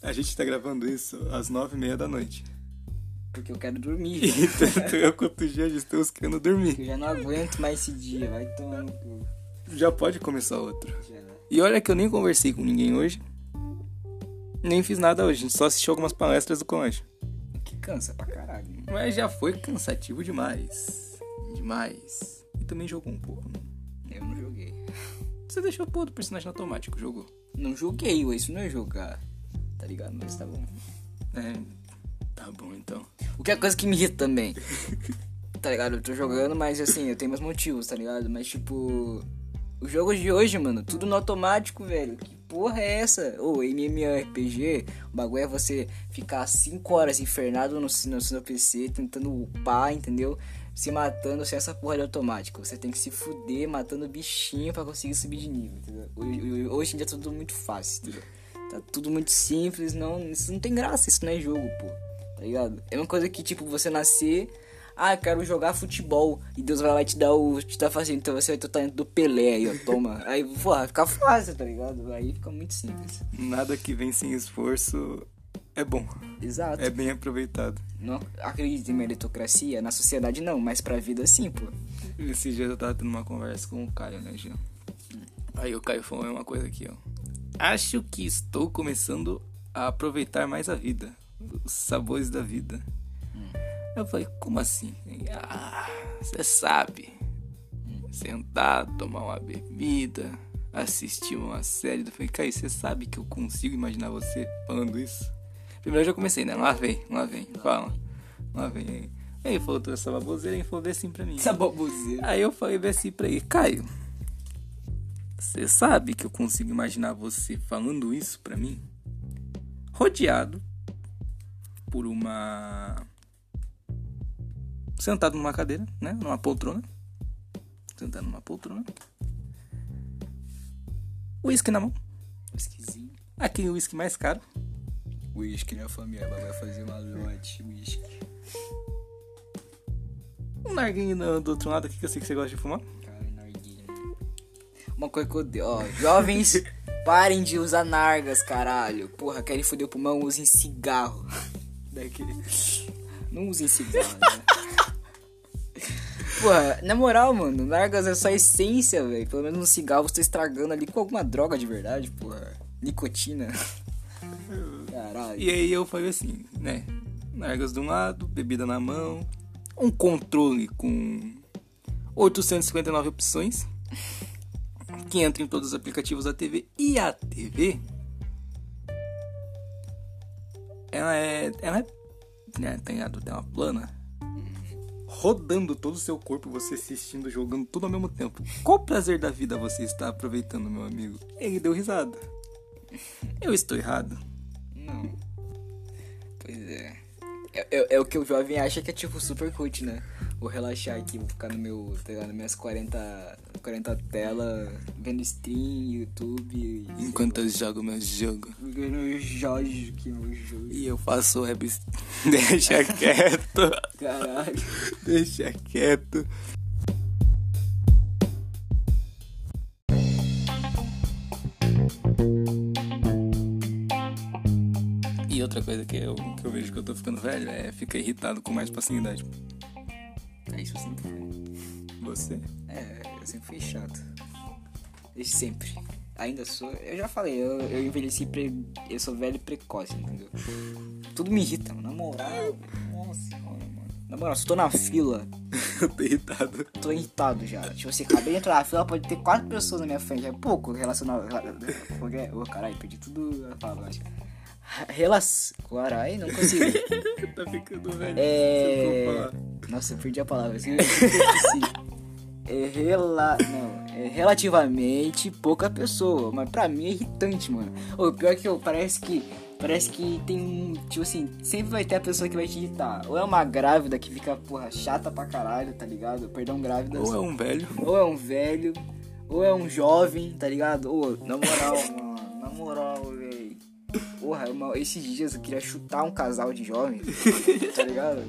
A gente tá gravando isso às nove e meia da noite.
porque eu quero dormir.
E tanto eu quanto o Jorge estamos querendo
Eu
dormir.
já não aguento mais esse dia, vai tomando cu.
Já pode começar outro.
Já, né?
E olha que eu nem conversei com ninguém hoje. Nem fiz nada hoje, a gente só assistiu algumas palestras do colégio.
Que cansa pra caralho. mano.
Mas já foi cansativo demais. Demais. E também jogou um pouco. né?
Eu não joguei.
Você deixou pô do personagem automático, jogou.
Não joguei, ué, isso não é jogar. Tá ligado? Mas tá bom.
É. Tá bom então.
O que é coisa que me irrita também. tá ligado? Eu tô jogando, mas assim, eu tenho meus motivos, tá ligado? Mas tipo. Os jogos de hoje, mano, tudo no automático, velho. Que porra é essa? Ô, MMORPG, o bagulho é você ficar 5 horas infernado no, no seu PC, tentando upar, entendeu? Se matando sem essa porra de automático. Você tem que se fuder matando bichinho pra conseguir subir de nível, entendeu? Hoje- Hoje em dia é tudo muito fácil, entendeu? Tá tudo muito simples, não, isso não tem graça, isso não é jogo, pô. Tá ligado? É uma coisa que, tipo, você nascer, Ah, eu quero jogar futebol. E Deus vai lá e te dar o. te tá fazendo. Então você vai ter o talento do Pelé aí, ó. Toma. Aí, porra, fica fácil, tá ligado? Aí fica muito simples.
Nada que vem sem esforço é bom.
Exato.
É bem aproveitado.
Não acredito em meritocracia na sociedade, não, mas pra vida sim, pô.
Esses dias eu tava tendo uma conversa com o Caio, né, Gil? Aí o Caio falou uma coisa aqui, ó. Acho que estou começando a aproveitar mais a vida. Os sabores da vida. Eu falei, como assim? Ele, Ah, você sabe. Sentar, tomar uma bebida, assistir uma série. Eu falei, Caio, você sabe que eu consigo imaginar você falando isso? Primeiro eu já comecei, né? Lá vem, lá vem, fala. Lá vem. Aí Aí ele falou toda essa baboseira e falou, vê assim pra mim.
Essa baboseira.
Aí eu falei assim pra ele, Caio, você sabe que eu consigo imaginar você falando isso pra mim? Rodeado por uma. Sentado numa cadeira, né? Numa poltrona. Sentado numa poltrona. Uísque na mão.
Esquisinho.
Aquele uísque mais caro.
Whisky, né, família? Ela vai fazer uma lote, whisky.
Um narguinho do do outro lado aqui que eu sei que você gosta de fumar.
Cara, narguilha. Uma coisa que eu odeio, ó. Jovens, parem de usar nargas, caralho. Porra, querem foder o pulmão, usem cigarro. Daquele. Não usem cigarro, né? Porra, na moral, mano, nargas é só essência, velho. Pelo menos no cigarro você tá estragando ali com alguma droga de verdade, porra. Nicotina. Caralho.
E aí eu falei assim, né? Nargas de um lado, bebida na mão, um controle com 859 opções, que entra em todos os aplicativos da TV. E a TV, ela é. Ela é. Né, tá ligado? Tem uma plana. Rodando todo o seu corpo, você assistindo, jogando tudo ao mesmo tempo. Qual prazer da vida você está aproveitando, meu amigo? Ele deu risada. Eu estou errado.
Não. Pois é. É, é- é o que o jovem acha que é tipo super cult, né? Vou relaxar aqui, vou ficar no meu, tá ligado? Nas minhas 40, 40 tela, vendo stream, YouTube.
Enquanto eu jogo meu jogo.
Vendo Jorge, que é um nojo.
E eu faço web. Deixa quieto.
Caralho.
Deixa quieto. E outra coisa que eu, que eu vejo que eu tô ficando velho é ficar irritado com mais facilidade.
É isso, eu sempre fui.
Você?
É, eu sempre fui chato. Desde sempre. Ainda sou. Eu já falei, eu, eu envelheci. Pre... Eu sou velho e precoce, entendeu? Tudo me irrita, mano. Na moral. Nossa senhora, mano. Na moral, se eu tô na fila,
eu tô irritado.
tô irritado já. Tipo assim, acabei de entrar na fila, pode ter quatro pessoas na minha frente. É pouco relacionado. Porque, ô caralho, perdi tudo a palavra. acho. Relax. Caralho, não consegui.
tá ficando velho.
É. Nossa, eu perdi a palavra. assim, eu esqueci. É rela... Não, é relativamente pouca pessoa, mas pra mim é irritante, mano. O pior que eu parece que parece que tem um, tipo assim, sempre vai ter a pessoa que vai te irritar. Ou é uma grávida que fica, porra, chata pra caralho, tá ligado? Perdão, grávidas.
Ou é um velho.
Ou é um velho, ou é um jovem, tá ligado? Ô, na moral, mano, na moral, velho. Porra, uma- esses dias eu queria chutar um casal de jovens, tá ligado?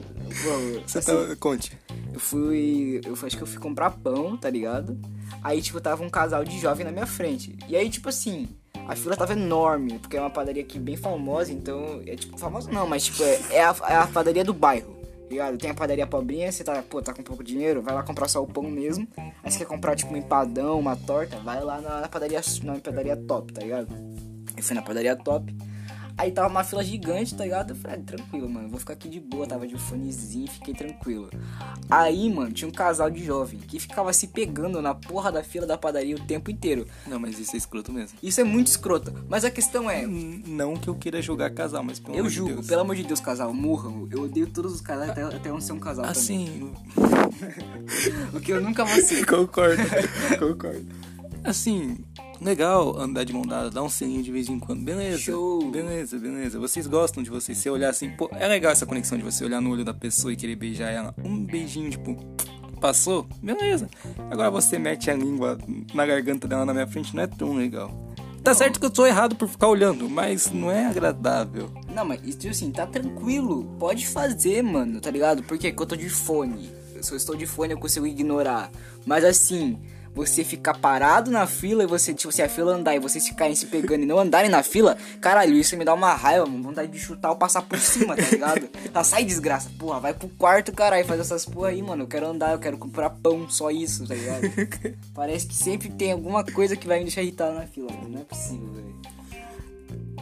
Porra,
Você
assim,
tá... Conte.
eu fui. Eu fui- acho que eu fui comprar pão, tá ligado? Aí, tipo, tava um casal de jovem na minha frente. E aí, tipo assim, a fila tava enorme, porque é uma padaria aqui bem famosa, então. É tipo, famosa não, mas tipo, é, é a, é a padaria do bairro. tá Ligado? Tem a padaria pobrinha, você tá, pô, tá com pouco dinheiro, vai lá comprar só o pão mesmo. Aí você quer comprar, tipo, um empadão, uma torta, vai lá na, na padaria na padaria top, tá ligado? Eu fui na padaria top. Aí tava uma fila gigante, tá ligado? Eu falei, ah, tranquilo, mano, vou ficar aqui de boa. Tava de fonezinho, fiquei tranquilo. Aí, mano, tinha um casal de jovem que ficava se pegando na porra da fila da padaria o tempo inteiro.
Não, mas isso é escroto mesmo.
Isso é muito escroto. Mas a questão é,
N- Não que eu queira jogar casal, mas pelo
eu
amor de
julgo,
Deus.
pelo amor de Deus, casal, morram. Eu odeio todos os casais, até, até um ser um casal
Assim,
também. O que eu nunca vou ser.
Concordo, concordo. Assim, legal andar de mão dada, dar um selinho de vez em quando. Beleza.
Show.
Beleza, beleza. Vocês gostam de vocês. Você olhar assim, pô, é legal essa conexão de você olhar no olho da pessoa e querer beijar ela. Um beijinho, tipo, passou? Beleza. Agora você mete a língua na garganta dela na minha frente, não é tão legal. Tá certo que eu tô errado por ficar olhando, mas não é agradável.
Não, mas isso, assim, tá tranquilo. Pode fazer, mano, tá ligado? Porque que eu tô de fone. Se eu estou de fone, eu consigo ignorar. Mas assim, você ficar parado na fila e você, tipo, se a fila andar e vocês ficarem se pegando e não andarem na fila, caralho, isso me dá uma raiva, mano. Vontade de chutar ou passar por cima, tá ligado? Tá, sai desgraça, porra, vai pro quarto, caralho, faz essas porra aí, mano. Eu quero andar, eu quero comprar pão, só isso, tá ligado? Parece que sempre tem alguma coisa que vai me deixar irritado na fila, mano. Não é possível, velho.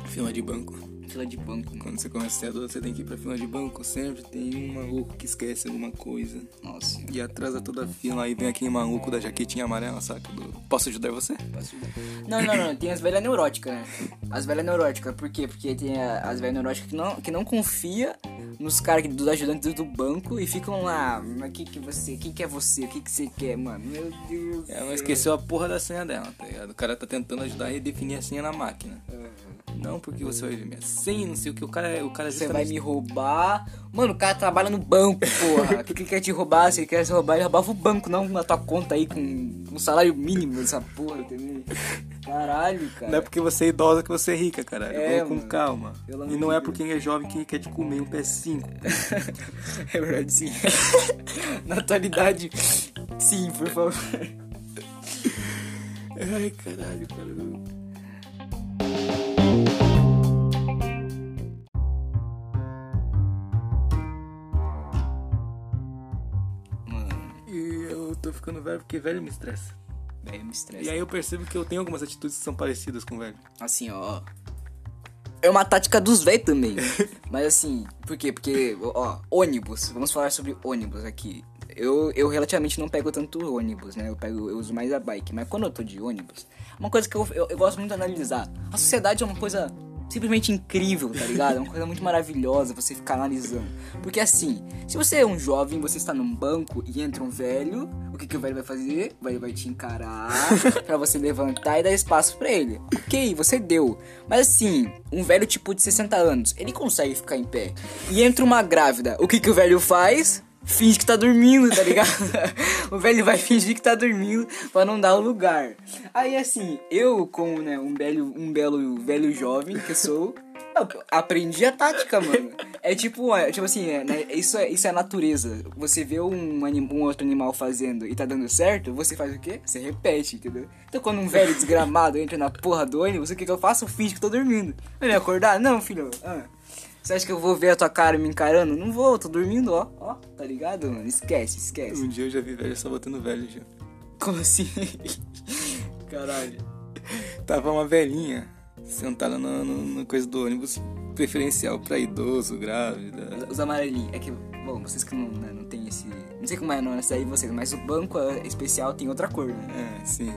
Fila de banco.
Fila de banco, mano.
Quando você começa a ser adulto, você tem que ir pra fila de banco. Sempre tem um maluco que esquece alguma coisa.
Nossa,
E atrasa toda a fila. Aí vem aquele maluco da jaquetinha amarela, saca? Do... Posso ajudar você?
Posso ajudar? Não, não, não. Tem as velhas neuróticas, né? As velhas neuróticas. Por quê? Porque tem a- as velhas neuróticas que não, que não confia nos caras que- dos ajudantes do banco e ficam lá. Mas que que você... Quem que é você? O que que você quer, mano? Meu Deus. do
Ela não
céu.
esqueceu a porra da senha dela, tá ligado? O cara tá tentando ajudar a redefinir a senha na máquina. Não porque você vai ver minha senha, não sei o que. O cara, é, o cara
Uhum. Você vai
justamente-
me roubar. Mano, o cara trabalha no banco, porra. que que quer te roubar? Se ele quer se roubar, ele roubava o banco, não a tua conta aí com um salário mínimo dessa porra, entendeu? Caralho, cara.
Não é porque você é idosa que você é rica, caralho.
É,
Vamos com
mano.
calma. E
Pelo amor
não
de
é
Deus.
porque quem é jovem que quer te comer um PS5.
É verdade, sim. Na atualidade, sim, por favor.
Ai, caralho, cara.
Mano,
E eu tô ficando velho porque velho me estressa.
velho, me
E
estressa.
aí eu percebo que eu tenho algumas atitudes que são parecidas com velho.
Assim, ó. É uma tática dos velhos também. Mas assim, por quê? Porque, ó, ônibus. Vamos falar sobre ônibus aqui. Eu, eu relativamente não pego tanto ônibus, né? Eu, pego, eu uso mais a bike. Mas quando eu tô de ônibus, uma coisa que eu, eu, eu gosto muito de analisar. A sociedade é uma coisa simplesmente incrível, tá ligado? É uma coisa muito maravilhosa você ficar analisando. Porque assim, se você é um jovem, você está num banco e entra um velho, o que, que o velho vai fazer? O velho vai te encarar pra você levantar e dar espaço pra ele. Ok, você deu. Mas assim, um velho tipo de 60 anos, ele consegue ficar em pé. E entra uma grávida, o que, que o velho faz? Finge que tá dormindo, tá ligado? o velho vai fingir que tá dormindo pra não dar o lugar. Aí assim, eu, como né, um belo, um belo velho jovem que sou, eu aprendi a tática, mano. É tipo, é, tipo assim, é, né, isso, é, isso é natureza. Você vê um, anim- um outro animal fazendo e tá dando certo, você faz o quê? Você repete, entendeu? Então quando um velho desgramado entra na porra do ônibus, o que, que eu faço? Eu finge que tô dormindo. Vai me acordar? Não, filho. Ah. Você acha que eu vou ver a tua cara me encarando? Não vou, tô dormindo, ó. Ó, tá ligado, mano? Esquece, esquece.
Um dia eu já vi velho sabotando velho, já.
Como assim? Caralho.
Tava uma velhinha sentada na, na- na coisa do ônibus preferencial pra idoso, grávida.
Os amarelinhos. É que, bom, vocês que não, né, não tem esse. Não sei como é não, essa aí vocês, mas o banco é, especial tem outra cor, né?
É, sim.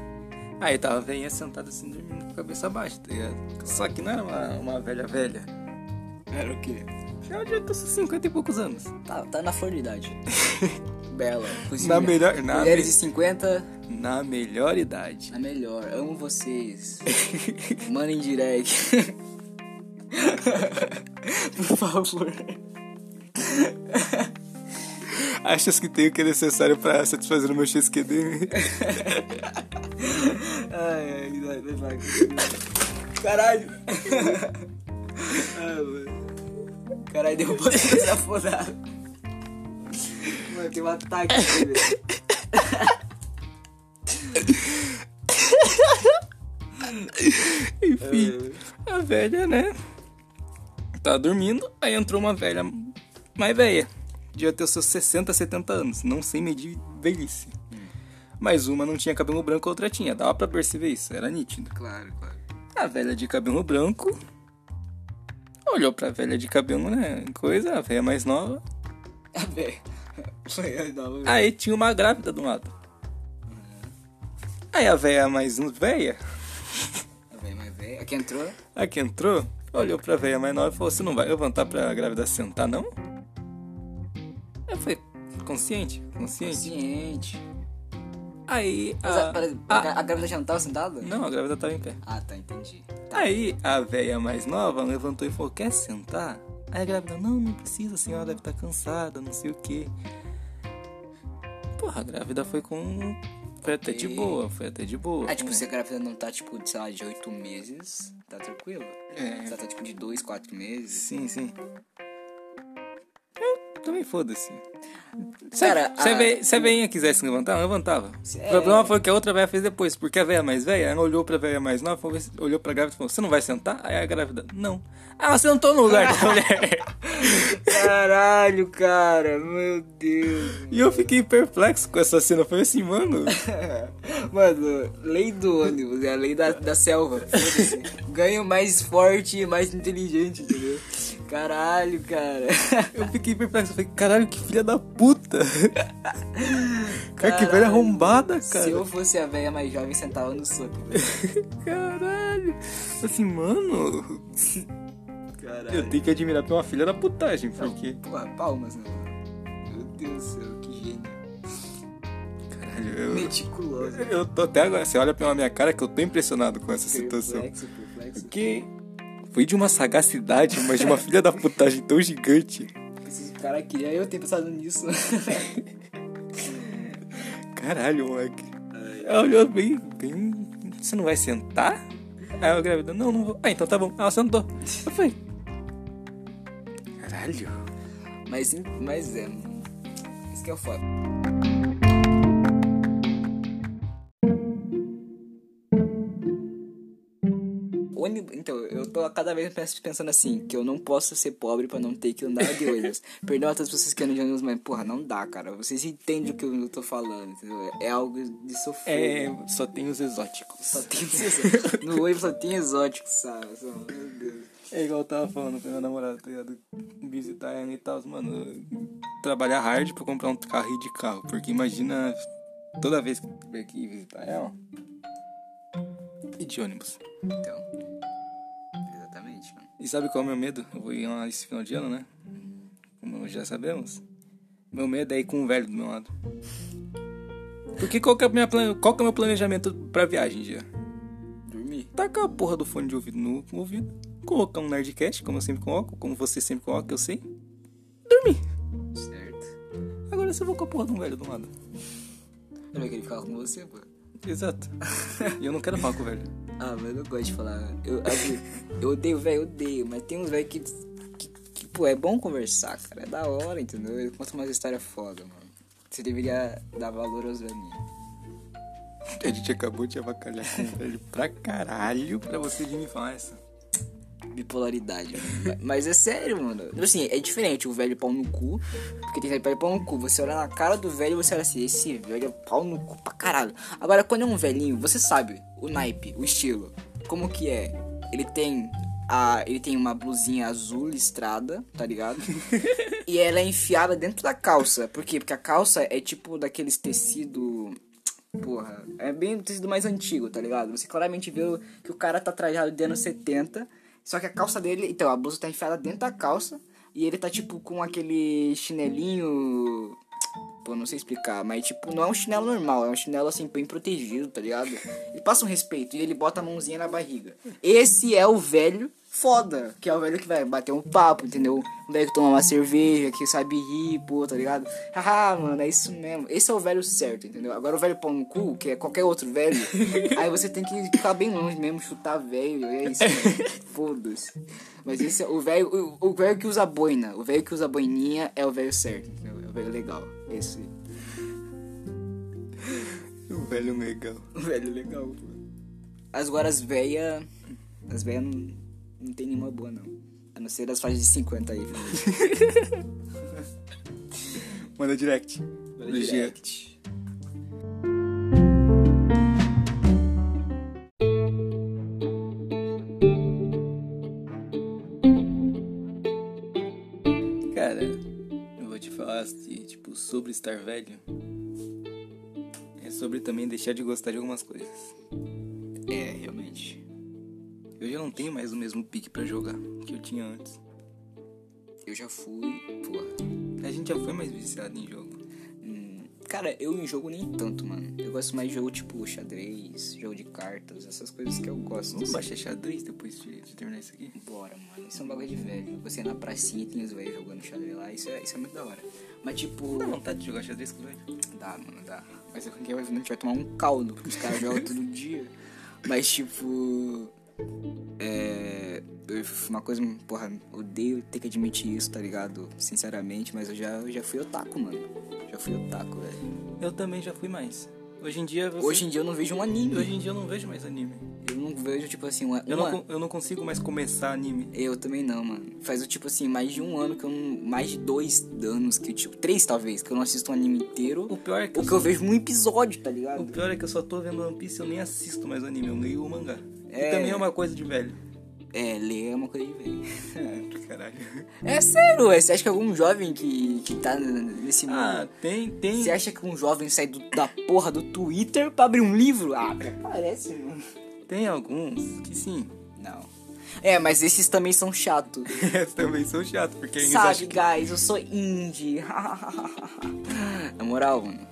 Aí tava a velhinha sentada assim, dormindo com a cabeça baixa, tá ligado? Só que não era uma, uma velha velha.
Era o quê?
Ela já com 50 e poucos anos.
Tá, tá na flor de idade. Bela.
Na melhor- na
Mulheres
me-
de 50,
Na melhor idade.
na melhor. Amo vocês. Mandem direct. Por favor.
Achas que tenho o que é necessário pra satisfazer o meu XQD?
Ai, ai, vai, vai, vai. Caralho. Ai, mano. Caralho, um derrubou tudo essa foda. Mano, tem um ataque aqui, velho. Ah,
Enfim, a velha, né? Tá dormindo, aí entrou uma velha mais velha. Devia ter os seus 60, 70 anos, não sem medir velhice. Mas uma não tinha cabelo branco, a outra tinha. Dava pra perceber isso, era nítido.
Claro, claro.
A velha de cabelo branco olhou pra velha de cabelo, né? Coisa, a velha mais nova.
Ah, velho. Foi eu não, velho.
Aí tinha uma grávida do lado. Aí a velha mais velha
Ah, velho, mas velho. Aqui entrou.
A que entrou, olhou pra velha mais nova e falou: Você não vai levantar pra grávida sentar, não? Eu falei: Consciente, consciente.
Consciente.
Aí
Mas é a,
a.
pera-
a-
a grávida já não tava sentada?
Ah. não, a grávida tava em pé.
Ah, tá, entendi.
Aí a velha mais nova levantou e falou: Quer sentar? Aí a grávida: Não, não precisa, a senhora deve tá estar cansada, não sei o quê. Porra, a grávida foi com Foi até de boa, foi até de boa.
Ah, tipo, se a grávida não tá, tipo, de, sei lá, de oito meses, tá tranquilo.
É.
Se ela tá, tipo, de dois, quatro meses.
Sim, sim. Eu também foda-se. Se
Cara,
a- se a
a-
ve- se a veinha quisesse levantar, ela levantava.
É.
O problema foi que a outra velha fez depois, porque a velha mais velha, ela olhou pra velha mais nova, falou- olhou pra grávida e falou: Você não vai sentar? Aí a grávida: Não. Ah, ela sentou no lugar da mulher.
Caralho, cara, meu Deus.
E eu fiquei perplexo com essa cena. Eu Falei assim, mano.
Mano, lei do ônibus, é a lei da, da selva. foda-se. Ganho mais forte e mais inteligente, entendeu? Caralho, cara.
Eu fiquei perplexo. Eu falei, caralho, que filha da puta. Cara, que velha arrombada, cara.
Se eu fosse a velha mais jovem, sentava no soco.
Caralho. Assim, mano. Eu
Caralho.
tenho que admirar pela filha da putagem, porque.
Porra, palmas, né? mano? Meu Deus do céu, que gênio.
Caralho, eu.
Meticuloso.
Eu tô até agora. Você olha pela minha cara que eu tô impressionado com essa situação.
Perplexo, perplexo.
Que. Foi de uma sagacidade, mas de uma filha da putagem tão gigante.
Esse cara queria eu ter pensado nisso.
Caralho, moleque. Ela olhou bem, bem. Você não vai sentar? Aí a grávida, não, não vou. Ah, então tá bom. Ela sentou. Eu falei. Caralho.
mas, em- mas é, mano. Isso que é o foda. Ônibus, então, eu tô cada vez pens- pensando assim, que eu não posso ser pobre pra não ter que andar de ônibus. Perdão a todas as pessoas que andam de ônibus, mas porra, não dá, cara. Vocês entendem o que eu tô falando, entendeu? É algo de sofrer.
É, só tem os exóticos.
Só tem exótico. No ônibus só tem exótico, sabe? Só- Meu Deus.
É igual eu tava falando pra minha namorada, tá ligado? Visitar ela e tal, mano. Trabalhar hard pra comprar um carro e de carro. Porque imagina toda vez que eu tiver aqui visitar ela. E de ônibus.
Então. Exatamente, mano.
E sabe qual é o meu medo? Eu vou ir lá esse final de ano, né? Como já sabemos. Meu medo é ir com um velho do meu lado. Porque qual que é, a minha plan- qual que é o meu planejamento pra viagem, dia?
Dormir.
Tacar a porra do fone de ouvido no ouvido, colocar um Nerdcast, como eu sempre coloco, como você sempre coloca, eu sei. Dormir.
Certo.
Agora se eu vou com a porra de um velho do lado.
Eu não queria ficar com você, pô.
Exato. E eu não quero falar com o velho.
Ah, mas eu não gosto de falar. Eu, assim, eu odeio, velho, eu odeio. Mas tem uns velho que, que, que, pô, é bom conversar, cara. É da hora, entendeu? Ele conta umas histórias foda, mano. Você deveria dar valor aos velhinhos.
A gente acabou de avacalhar com o velho pra caralho pra você de me falar essa.
Bipolaridade, mano. Mas é sério, mano. Assim, é diferente o velho pau no cu. Porque tem velho pau- pau no cu. Você olha na cara do velho e você olha assim, esse velho é pau no cu pra caralho. Agora, quando é um velhinho, você sabe o naipe, o estilo. Como que é? Ele tem. A, ele tem uma blusinha azul listrada, tá ligado? e ela é enfiada dentro da calça. Por quê? Porque a calça é tipo daqueles tecido. Porra, é bem o tecido mais antigo, tá ligado? Você claramente vê o- que o cara tá trajado de anos 70, só que a calça dele, então, a blusa tá enfiada dentro da calça e ele tá tipo com aquele chinelinho. Pô, não sei explicar, mas tipo, não é um chinelo normal, é um chinelo assim, bem protegido, tá ligado? Ele passa um respeito e ele bota a mãozinha na barriga. Esse é o velho foda, que é o velho que vai bater um papo, entendeu? O velho que toma uma cerveja, que sabe rir, pô, tá ligado? Haha, mano, é isso mesmo. Esse é o velho certo, entendeu? Agora o velho pau no cu, que é qualquer outro velho, aí você tem que ficar bem longe mesmo, chutar velho, e é isso. mano. Foda-se. Mas esse é o velho, o o velho que usa boina, o velho que usa boininha é o velho certo, entendeu? É o velho legal. Esse.
O velho legal.
Velho legal, pô. Agora as véia. As véia não, não tem nenhuma boa, não. A não ser das faixas de 50 aí. né?
Manda direct. Do Jean.
Direct.
Cara, eu vou te falar assim, tipo, sobre estar velho. É sobre também deixar de gostar de algumas coisas.
É, realmente.
Eu já não tenho mais o mesmo pique pra jogar que eu tinha antes.
Eu já fui. Porra.
A gente já foi mais viciado em jogo.
Hum, cara, eu em jogo nem tanto, mano. Eu gosto mais de jogo tipo xadrez, jogo de cartas, essas coisas que eu gosto. assim.
Vamos baixar xadrez depois de, de terminar isso aqui?
Bora, mano. Isso é um bagulho de velho. Você na pracinha e tem os velhos jogando xadrez lá. Isso é, isso é muito da hora. Mas tipo.
Dá vontade de jogar xadrez com ele?
Dá, mano, dá. Mas é porque a gente vai tomar um caldo, porque os caras jogam todo dia. Mas tipo. É. eu- Uma coisa, porra, odeio ter que admitir isso, tá ligado? Sinceramente, mas eu já, eu já fui otaku, mano. Já fui otaku, velho.
Eu também já fui mais. Hoje em dia você-
Hoje em dia eu não vejo um anime.
hoje em dia eu não vejo mais anime.
Eu não vejo, tipo assim, uma.
Eu não,
uma-
con- eu não consigo mais começar anime.
Eu também não, mano. Faz, tipo assim, mais de um ano que eu não... Mais de dois anos que, eu, tipo... Três, talvez, que eu não assisto um anime inteiro.
O pior é que eu,
Porque eu vejo um episódio, tá ligado?
o pior é que eu só tô vendo One Piece, eu nem assisto mais anime, eu leio o mangá.
É.
Que também é uma coisa de velho.
É, ler é uma coisa de velho.
Caralho.
É sério, ué. Você acha que algum jovem que, que tá n- nesse mundo...
Ah, tem, tem.
Você acha que um jovem sai do- da porra do Twitter pra abrir um livro? Ah, até parece, mano.
Tem alguns que sim.
Não. É, mas esses também são chatos.
Esses também são chato, porque eles
Sabe,
acham que-
guys, eu sou indie. Na moral, mano.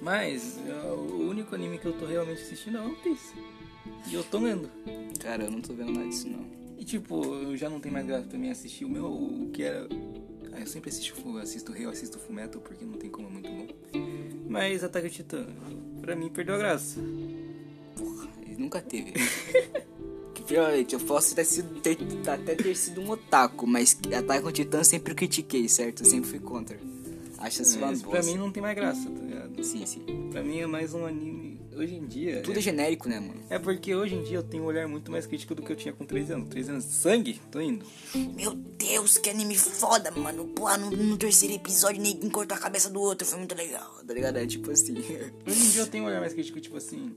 Mas ah, o único anime que eu tô realmente assistindo é One Piece. E eu tô lendo.
Cara, eu não tô vendo nada disso, não.
E tipo, eu já não tenho mais graça pra mim assistir. O meu, o que era. Ah, eu sempre assisto, fu- assisto Rei, assisto Fullmetal, porque não tem como, é muito bom. Mas Ataque ao Titã, pra mim perdeu a graça.
Ele nunca teve. que provavelmente eu posso ter sido, ter- até ter sido um otaku, mas Attack on Titan eu sempre critiquei, certo? Eu sempre fui contra. Acho isso uma
Mas
boa.
É, pra mim não tem mais graça, tá ligado?
Sim, sim.
Pra mim é mais um anime. Hoje em dia.
Tudo é genérico, né, mano?
É porque hoje em dia eu tenho um olhar muito mais crítico do que eu tinha com 3 anos. 3 anos de sangue? Tô indo.
Meu Deus, que anime foda, mano. Porra, no, no terceiro episódio, ninguém cortou a cabeça do outro. Foi muito legal.
Tá ligado? É tipo assim.
Hoje em dia eu tenho um olhar mais crítico, tipo assim.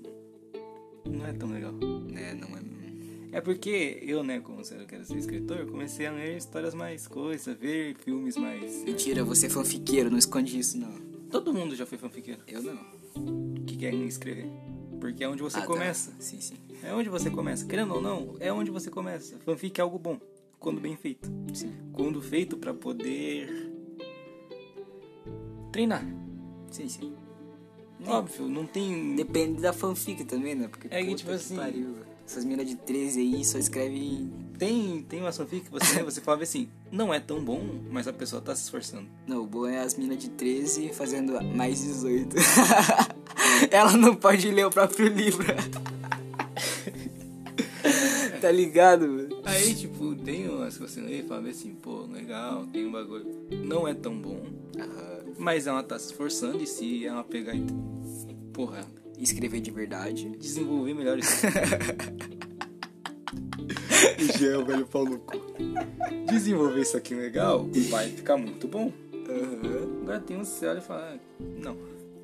Não é tão legal.
né, não é.
É porque eu, né, como eu quero ser escritor, comecei a ler histórias mais coisas, ver filmes mais.
Mentira, você é fanfiqueiro, não esconde isso, não.
Todo mundo já foi fanfiqueiro
Eu não.
que quer escrever. Porque é onde você
Ah, tá.
começa.
Sim, sim.
É onde você começa. Querendo ou não, é onde você começa. Fanfic é algo bom, quando bem feito.
Sim,
Quando feito pra poder treinar.
sim. sim.
Óbvio, não tem
Depende da fanfic também, né? Porque
É que,
puta
tipo assim-
pariu. Essas minas de 13 aí só escrevem.
tem tem uma fanfic que você você falava assim, não é tão bom, mas a pessoa tá se esforçando.
Não, o bom é as minas de 13 fazendo mais 18. Ela não pode ler o próprio livro. tá ligado? mano?
Aí, tipo, tem uma, se você ler, fala assim, pô, legal, tem um bagulho. Não é tão bom,
Ah,
mas ela tá se esforçando e se ela pegar e. Porra,
Escrever de verdade.
desenvolver melhor isso.
Já, é velho pau no cu.
desenvolver isso aqui legal, vai ficar muito bom.
Aham.
Agora tem um céu e fala, ah, não.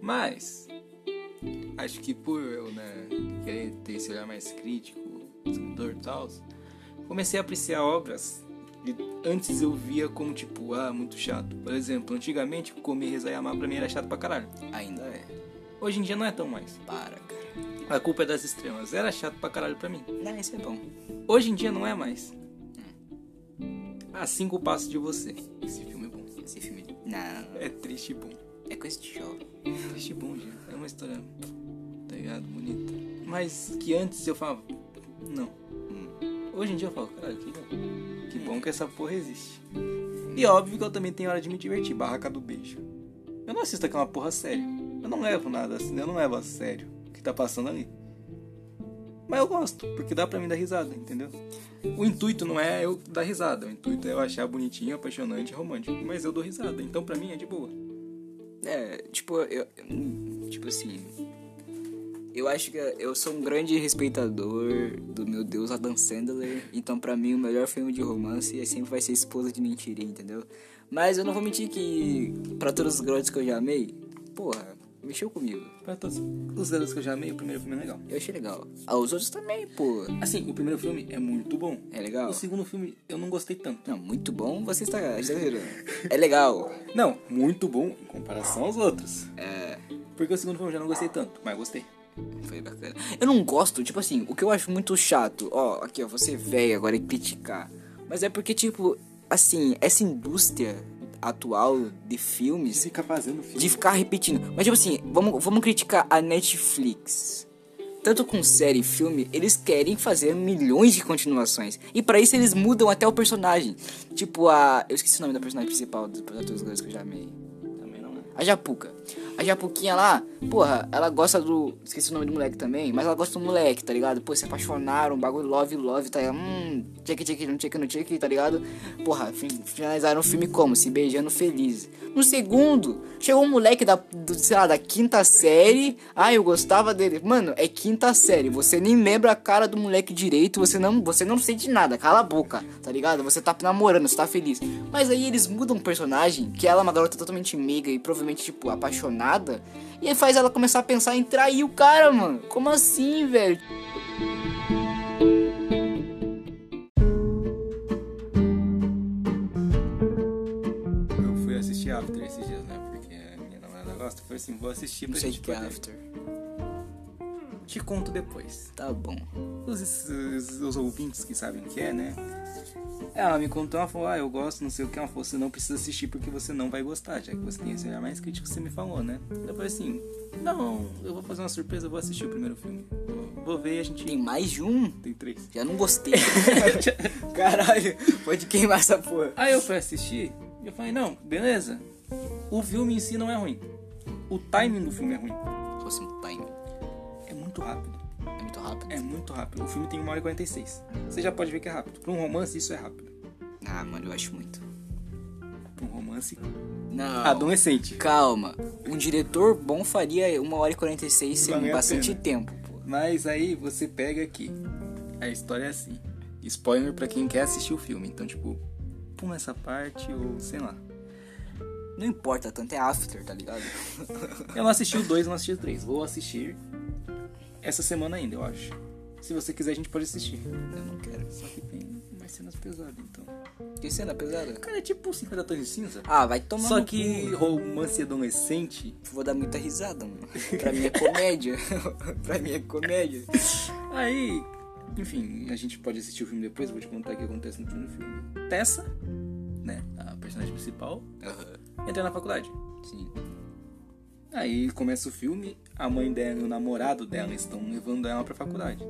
Mas, acho que por eu, né, querer ter esse olhar mais crítico, escritor e tal, comecei a apreciar obras que antes eu via como, tipo, ah, muito chato. Por exemplo, antigamente, comer, rezar e amar pra mim era chato pra caralho.
Ainda é.
Hoje em dia não é tão mais.
Para, cara.
A culpa é das extremas. Era chato pra caralho pra mim.
Não, isso é bom.
Hoje em dia não é mais. A cinco passos de você. Esse filme é bom.
Esse filme. Não,
É triste e bom.
é coisa de jovem.
Triste e bom, gente. É uma história, tá ligado? Bonita. Mas que antes eu falava, não. Hoje em dia eu falo, caralho, que bom. Que bom que essa porra existe. E óbvio que eu também tenho hora de me divertir. Barraca do beijo. Eu não assisto aquela porra séria. Eu não levo nada assim, eu não levo a sério o que tá passando ali. Mas eu gosto, porque dá pra mim dar risada, entendeu? O intuito não é eu dar risada, o intuito é eu achar bonitinho, apaixonante, romântico. Mas eu dou risada, então pra mim é de boa.
É, tipo, eu. eu- Tipo assim. Eu acho que eu sou um grande respeitador do meu Deus Adam Sandler, então pra mim o melhor filme de romance é sempre vai ser Esposa de Mentira, entendeu? Mas eu não vou mentir que pra todos os grandes que eu já amei, porra, mexeu comigo.
Pra todos os garotos que eu já amei, o primeiro filme é legal.
Eu achei legal. Ah, os outros também, pô.
Assim, o primeiro filme é muito bom.
É legal.
O segundo filme eu não gostei tanto.
Não, muito bom, você está exagerando. É legal.
Não, muito bom em comparação aos outros.
É,
Porque o segundo filme eu já não gostei tanto, mas gostei.
Foi bacana. Eu não gosto, tipo assim, o que eu acho muito chato, ó, aqui ó, é você velho agora e criticar. Mas é porque, tipo, assim, essa indústria atual de filmes
Fica fazendo filme.
de ficar repetindo. Mas, tipo assim, vamos, vamos criticar a Netflix. Tanto com série e filme, eles querem fazer milhões de continuações. E pra isso eles mudam até o personagem. Tipo a. Eu esqueci o nome da personagem principal dos dos dois que eu já amei.
Também não é.
A Japuca. A Japuquinha lá, porra, ela gosta do. Esqueci o nome do moleque também, mas ela gosta do moleque, tá ligado? Pô, se apaixonaram, um bagulho love, love, tá ligado? Hum, check, check, não check, não check, tá ligado? Porra, fi- finalizaram o filme como? Se beijando feliz. No segundo, chegou um moleque da, do, sei lá, da quinta série. Ah, eu gostava dele. Mano, é quinta série. Você nem lembra a cara do moleque direito, você não, você não sente nada, cala a boca, tá ligado? Você tá namorando, você tá feliz. Mas aí eles mudam o personagem, que ela é uma garota totalmente meiga e provavelmente, tipo, apaixonada, e aí faz ela começar a pensar em trair o cara, mano. Como assim, velho?
Eu fui assistir After esses dias, né? Porque a minha namorada gosta. Foi assim, vou assistir pra
Não sei o
gente
que é
poder.
after.
Te conto depois.
Tá bom.
Os, os- os ouvintes que sabem o que é, né? Ela me contou, ela falou, ah, eu gosto, não sei o que. Ela falou, você não precisa assistir porque você não vai gostar, já que você tem esse olhar mais crítico, você me falou, né? Eu falei assim, não, eu vou fazer uma surpresa, eu vou assistir o primeiro filme. Vou- Vou ver, a gente...
Tem mais de um?
Tem três.
Já não gostei. Caralho, pode queimar essa porra.
Aí eu fui assistir e eu falei, não, beleza. O filme em si não é ruim. O timing do filme é ruim.
Se fosse um time,
É muito rápido.
é muito rápido.
É muito rápido. O filme tem 1 hora e 46. Você já pode ver que é rápido. Pra um romance, isso é rápido.
Ah, mano, eu acho muito. Ah,
Pra um romance
Não.
adolescente.
Calma. Um diretor bom faria 1 hora e 46 sem
Valeu a
bastante
pena.
tempo, pô.
Mas aí você pega aqui. A história é assim. Spoiler pra quem quer assistir o filme. Então, tipo, pula essa parte ou sei lá.
Não importa tanto, é after, tá ligado?
Eu não assisti o 2, não assisti o 3. Vou assistir essa semana ainda, eu acho. Se você quiser, a gente pode assistir.
Eu não quero.
Só que tem mais cenas pesadas, então.
Que cena pesada?
Cara, é tipo 50 tons de cinza.
Ah, vai tomar
Só
no
que romance adolescente.
cu. Vou dar muita risada, mano. Pra mim é comédia. pra mim é comédia.
Aí, enfim, a gente pode assistir o filme depois, eu vou te contar o que acontece no primeiro filme. Tessa, né, a personagem principal, entra na faculdade.
Sim.
Aí começa o filme, a mãe dela e o namorado dela estão levando ela pra faculdade.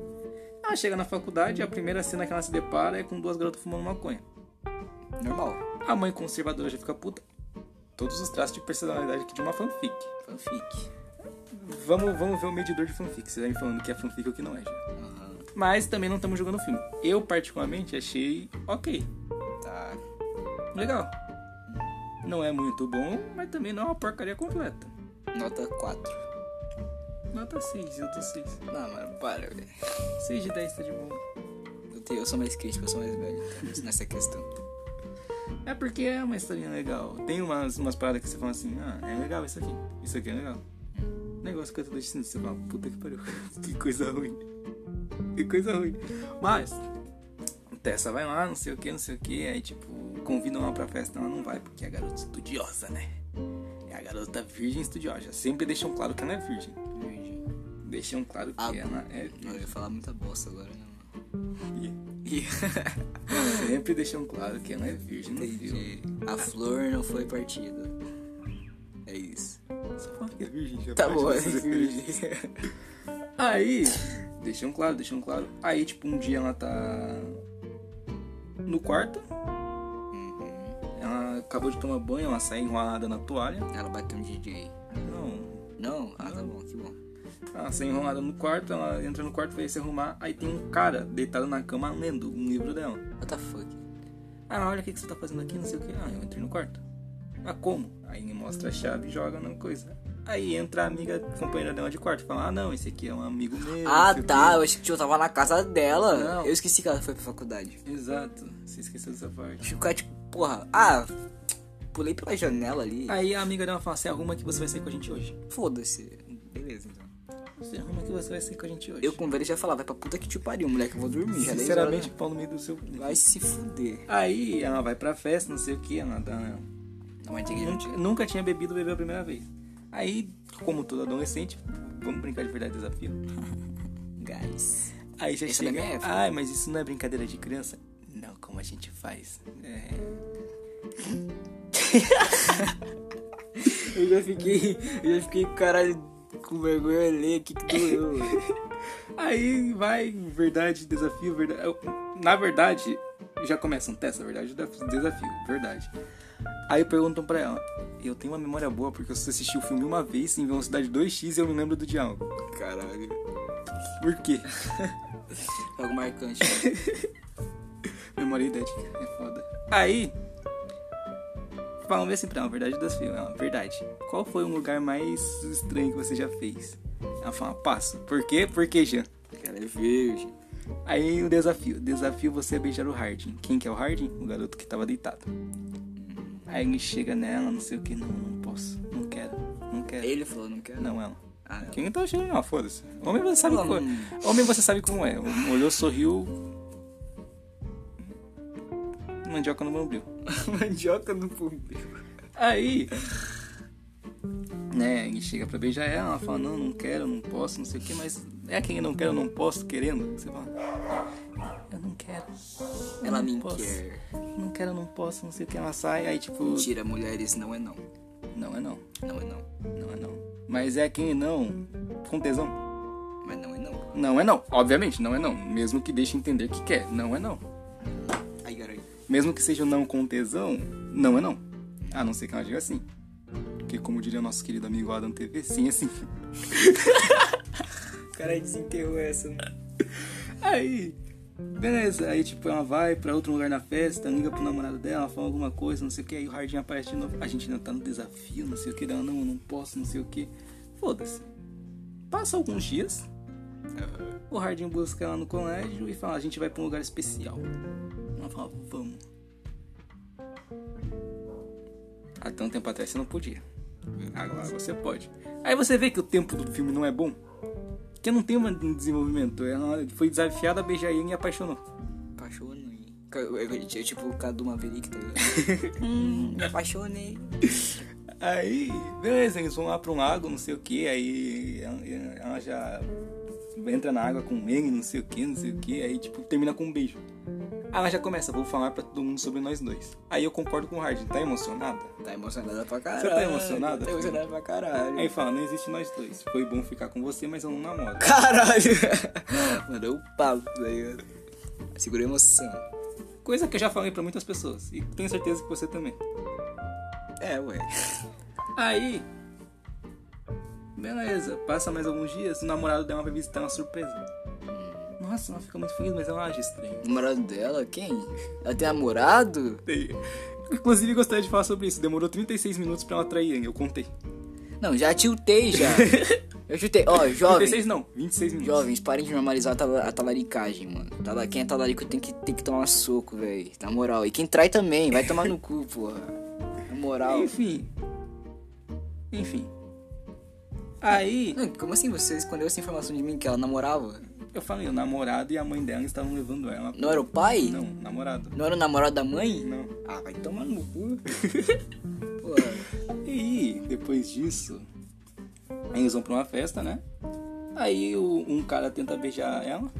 Ela chega na faculdade e a primeira cena que ela se depara é com duas garotas fumando maconha.
Normal.
A mãe conservadora já fica puta. Todos os traços de personalidade aqui de uma fanfic.
Fanfic.
Vamos, vamos ver o medidor de fanfic. Você vai me falando o que é fanfic e o que não é, já.
Aham.
Mas também não estamos jogando o filme. Eu, particularmente, achei ok.
Tá.
Legal. Não é muito bom, mas também não é uma porcaria completa.
Nota 4.
Nota 6, eu tô 6.
Não, mano, para, velho.
6 de 10 tá de bom.
Eu, tenho- eu sou mais crítico, eu sou mais velho tá? nessa questão.
É porque é uma historinha legal. Tem umas, umas paradas que você fala assim, ah, é legal isso aqui. Isso aqui é legal.
Hum.
Negócio que eu tô deixando, você fala, puta que pariu. que coisa ruim. Que coisa ruim. Mas, Tessa vai lá, não sei o que, não sei o que. Aí, tipo, convidam ela pra festa, ela não vai, porque é a garota estudiosa, né? É a garota virgem estudiosa. Sempre deixam claro que ela é virgem.
Virgem.
Deixam claro que
Ah,
ela é
Não, eu ia falar muita bosta agora, né, mano?
virgem.
Ih.
Sempre deixam claro que ela é virgem no filme.
Entendi. A flor não foi partida. É isso.
Só fala que é virgem, já
Tá
pode
bom, é
fazer Aí, deixam claro, deixam claro. Aí, tipo, um dia ela tá no quarto.
Uhum.
Ela acabou de tomar banho, ela sai enrolada na toalha.
Ela bateu um DJ.
Não,
Não? Ah, tá bom, que bom.
ela sai enrolada no quarto, ela entra no quarto, vai se arrumar. Aí tem um cara deitado na cama lendo um livro dela.
What the fuck?
Ah, olha o que que você tá fazendo aqui, não sei o que. Ah, eu entrei no quarto. Ah, como? Aí ele mostra a chave e joga na coisa. Aí entra a amiga, companheira dela de quarto, e fala: Ah, não, esse aqui é um amigo meu. não
Ah,
sei o
tá. Eu achei que eu tava na casa dela.
Não.
Eu esqueci que ela foi pra faculdade.
quê." Exato, você esqueceu dessa parte.
Acho que o cara, tipo, porra. Ah, pulei pela janela ali.
Aí a amiga dela fala: Você arruma que você vai sair com a gente hoje.
Foda-se. Beleza, então.
Você arruma que você vai sair com a gente hoje.
Eu com velho já falava, vai pra puta que te pariu, moleque. Eu vou dormir. já é dez
sinceramente,
horas.
pau no meio do seu.
Vai se fuder.
Aí ela vai pra festa, não sei o que, ela dá.
Não, mas tem que
Nunca, nunca tinha bebido, bebeu a primeira vez. Aí, como todo adolescente, vamos brincar de verdade desafio.
Guys.
Aí já
Essa
chega.
da minha época.
Ai, mas isso não é brincadeira de criança? Não, como a gente faz? É.
Eu já fiquei. Eu já fiquei com caralho com vergonha de ler que que doeu.
Aí vai, verdade, desafio, verdade. Eu- Na verdade, já começa um teste, na verdade, def- desafio, verdade. Aí perguntam pra ela, eu tenho uma memória boa porque eu assisti o filme uma vez em velocidade 2x e eu me lembro do diálogo.
Caralho.
Por quê?
Algo marcante. né?
Memória idética, é foda. Aí, falam bem assim pra ela, verdade das filmes. Ela, verdade. Qual foi o lugar mais estranho que você já fez? Ela fala, passo. Por quê? Por quê, Jean?
Cara, é feio, gente.
Aí o desafio. Desafio você é beijar o Hardin. Quem que é o Hardin? O garoto que tava deitado. Aí ele chega nela, não sei o que, não, não posso, não quero, não quero.
Ele falou, não quero.
Não, ela.
Ah, não.
Quem tá achando? Não, foda-se. Homem você sabe
Não.
como é. Homem você sabe como é. Olhou, sorriu. Mandioca no bombril.
Mandioca no público.
Aí. Né, ele chega pra beijar ela, ela fala, não, não quero, não posso, não sei o que, mas é aquele não quero, não posso, querendo. Você fala. Eu não quero. eu
Ela
não
me
posso.
quer.
Não quero, não posso, não sei o que. Ela sai, aí tipo.
Mentira, mulheres, não é não.
Não é não,
Não é não.
não é não. Mas é quem não, com tesão.
Mas não é não.
Não é não, obviamente, não é não. Mesmo que deixe entender que quer, não é não.
Ai, garoto.
Mesmo que seja um não com tesão, não é não. A não ser que ela diga assim. Porque, como diria o nosso querido amigo Adam TV, sim é sim.
O cara desenterrou essa.
né? Aí, beleza. Aí, tipo, ela vai pra outro lugar na festa, liga pro namorado dela, fala alguma coisa, não sei o que. Aí o Hardin aparece de novo. A gente ainda tá no desafio, não sei o que. Ela, não, eu não posso, não sei o que. Foda-se. Passa alguns dias. O Hardin busca ela no colégio e fala: A gente vai pra um lugar especial. Ela fala: Vamos. Até um tempo atrás você não podia. Agora você pode. Aí você vê que o tempo do filme não é bom. Porque não tem um desenvolvimento. Ela foi desafiada a beijar ele e apaixonou.
Apaixonei. Ca- Eu, eu, eu, tipo o Cadu Maverick, tá ligado? hum, me apaixonei.
Aí, beleza, eles vão lá pra um lago, não sei o que, aí ela- ela já entra na água com ele, não sei o que, não sei o que, aí tipo, termina com um beijo. Aí Ela já começa, vou falar pra todo mundo sobre nós dois. Aí eu concordo com o Hardin, tá emocionada?
Tá emocionada pra caralho.
tá emocionada,
Tá
filho?
emocionada pra caralho.
Aí fala, não existe nós dois. Foi bom ficar com você, mas eu não namoro.
Caralho! Mandou um papo, tá ligado? Segura a emoção.
Coisa que eu já falei pra muitas pessoas, e tenho certeza que você também.
É, ué.
Aí. Beleza, passa mais alguns dias, o namorado dela vai visitar uma surpresa. Nossa, ela fica muito feliz, mas ela age estranho.
Namorado dela? Quem? Ela tem namorado?
Inclusive, gostaria de falar sobre isso. Demorou 36 minutos pra ela trair ele, eu contei.
Não, já tiltei já. eu chutei. Ó, jovens.
36 não, 26 minutos.
Jovens, parem de normalizar a tala- a talaricagem, mano. Tala- Quem é talarico tem que, tem que tomar um soco, velho. Na moral. E quem trai também, vai tomar no cu, porra. Na moral.
Enfim. Enfim. Aí,
Não, como assim você escondeu essa informação de mim que ela namorava?
eu falei, o namorado e a mãe dela estavam levando ela.
Não era o pai?
Não, namorado.
Não era o namorado da mãe?
Não.
Ah, vai tomar no cu. Pô,
E depois disso, aí eles vão pra uma festa, né? Aí o- um cara tenta beijar ela.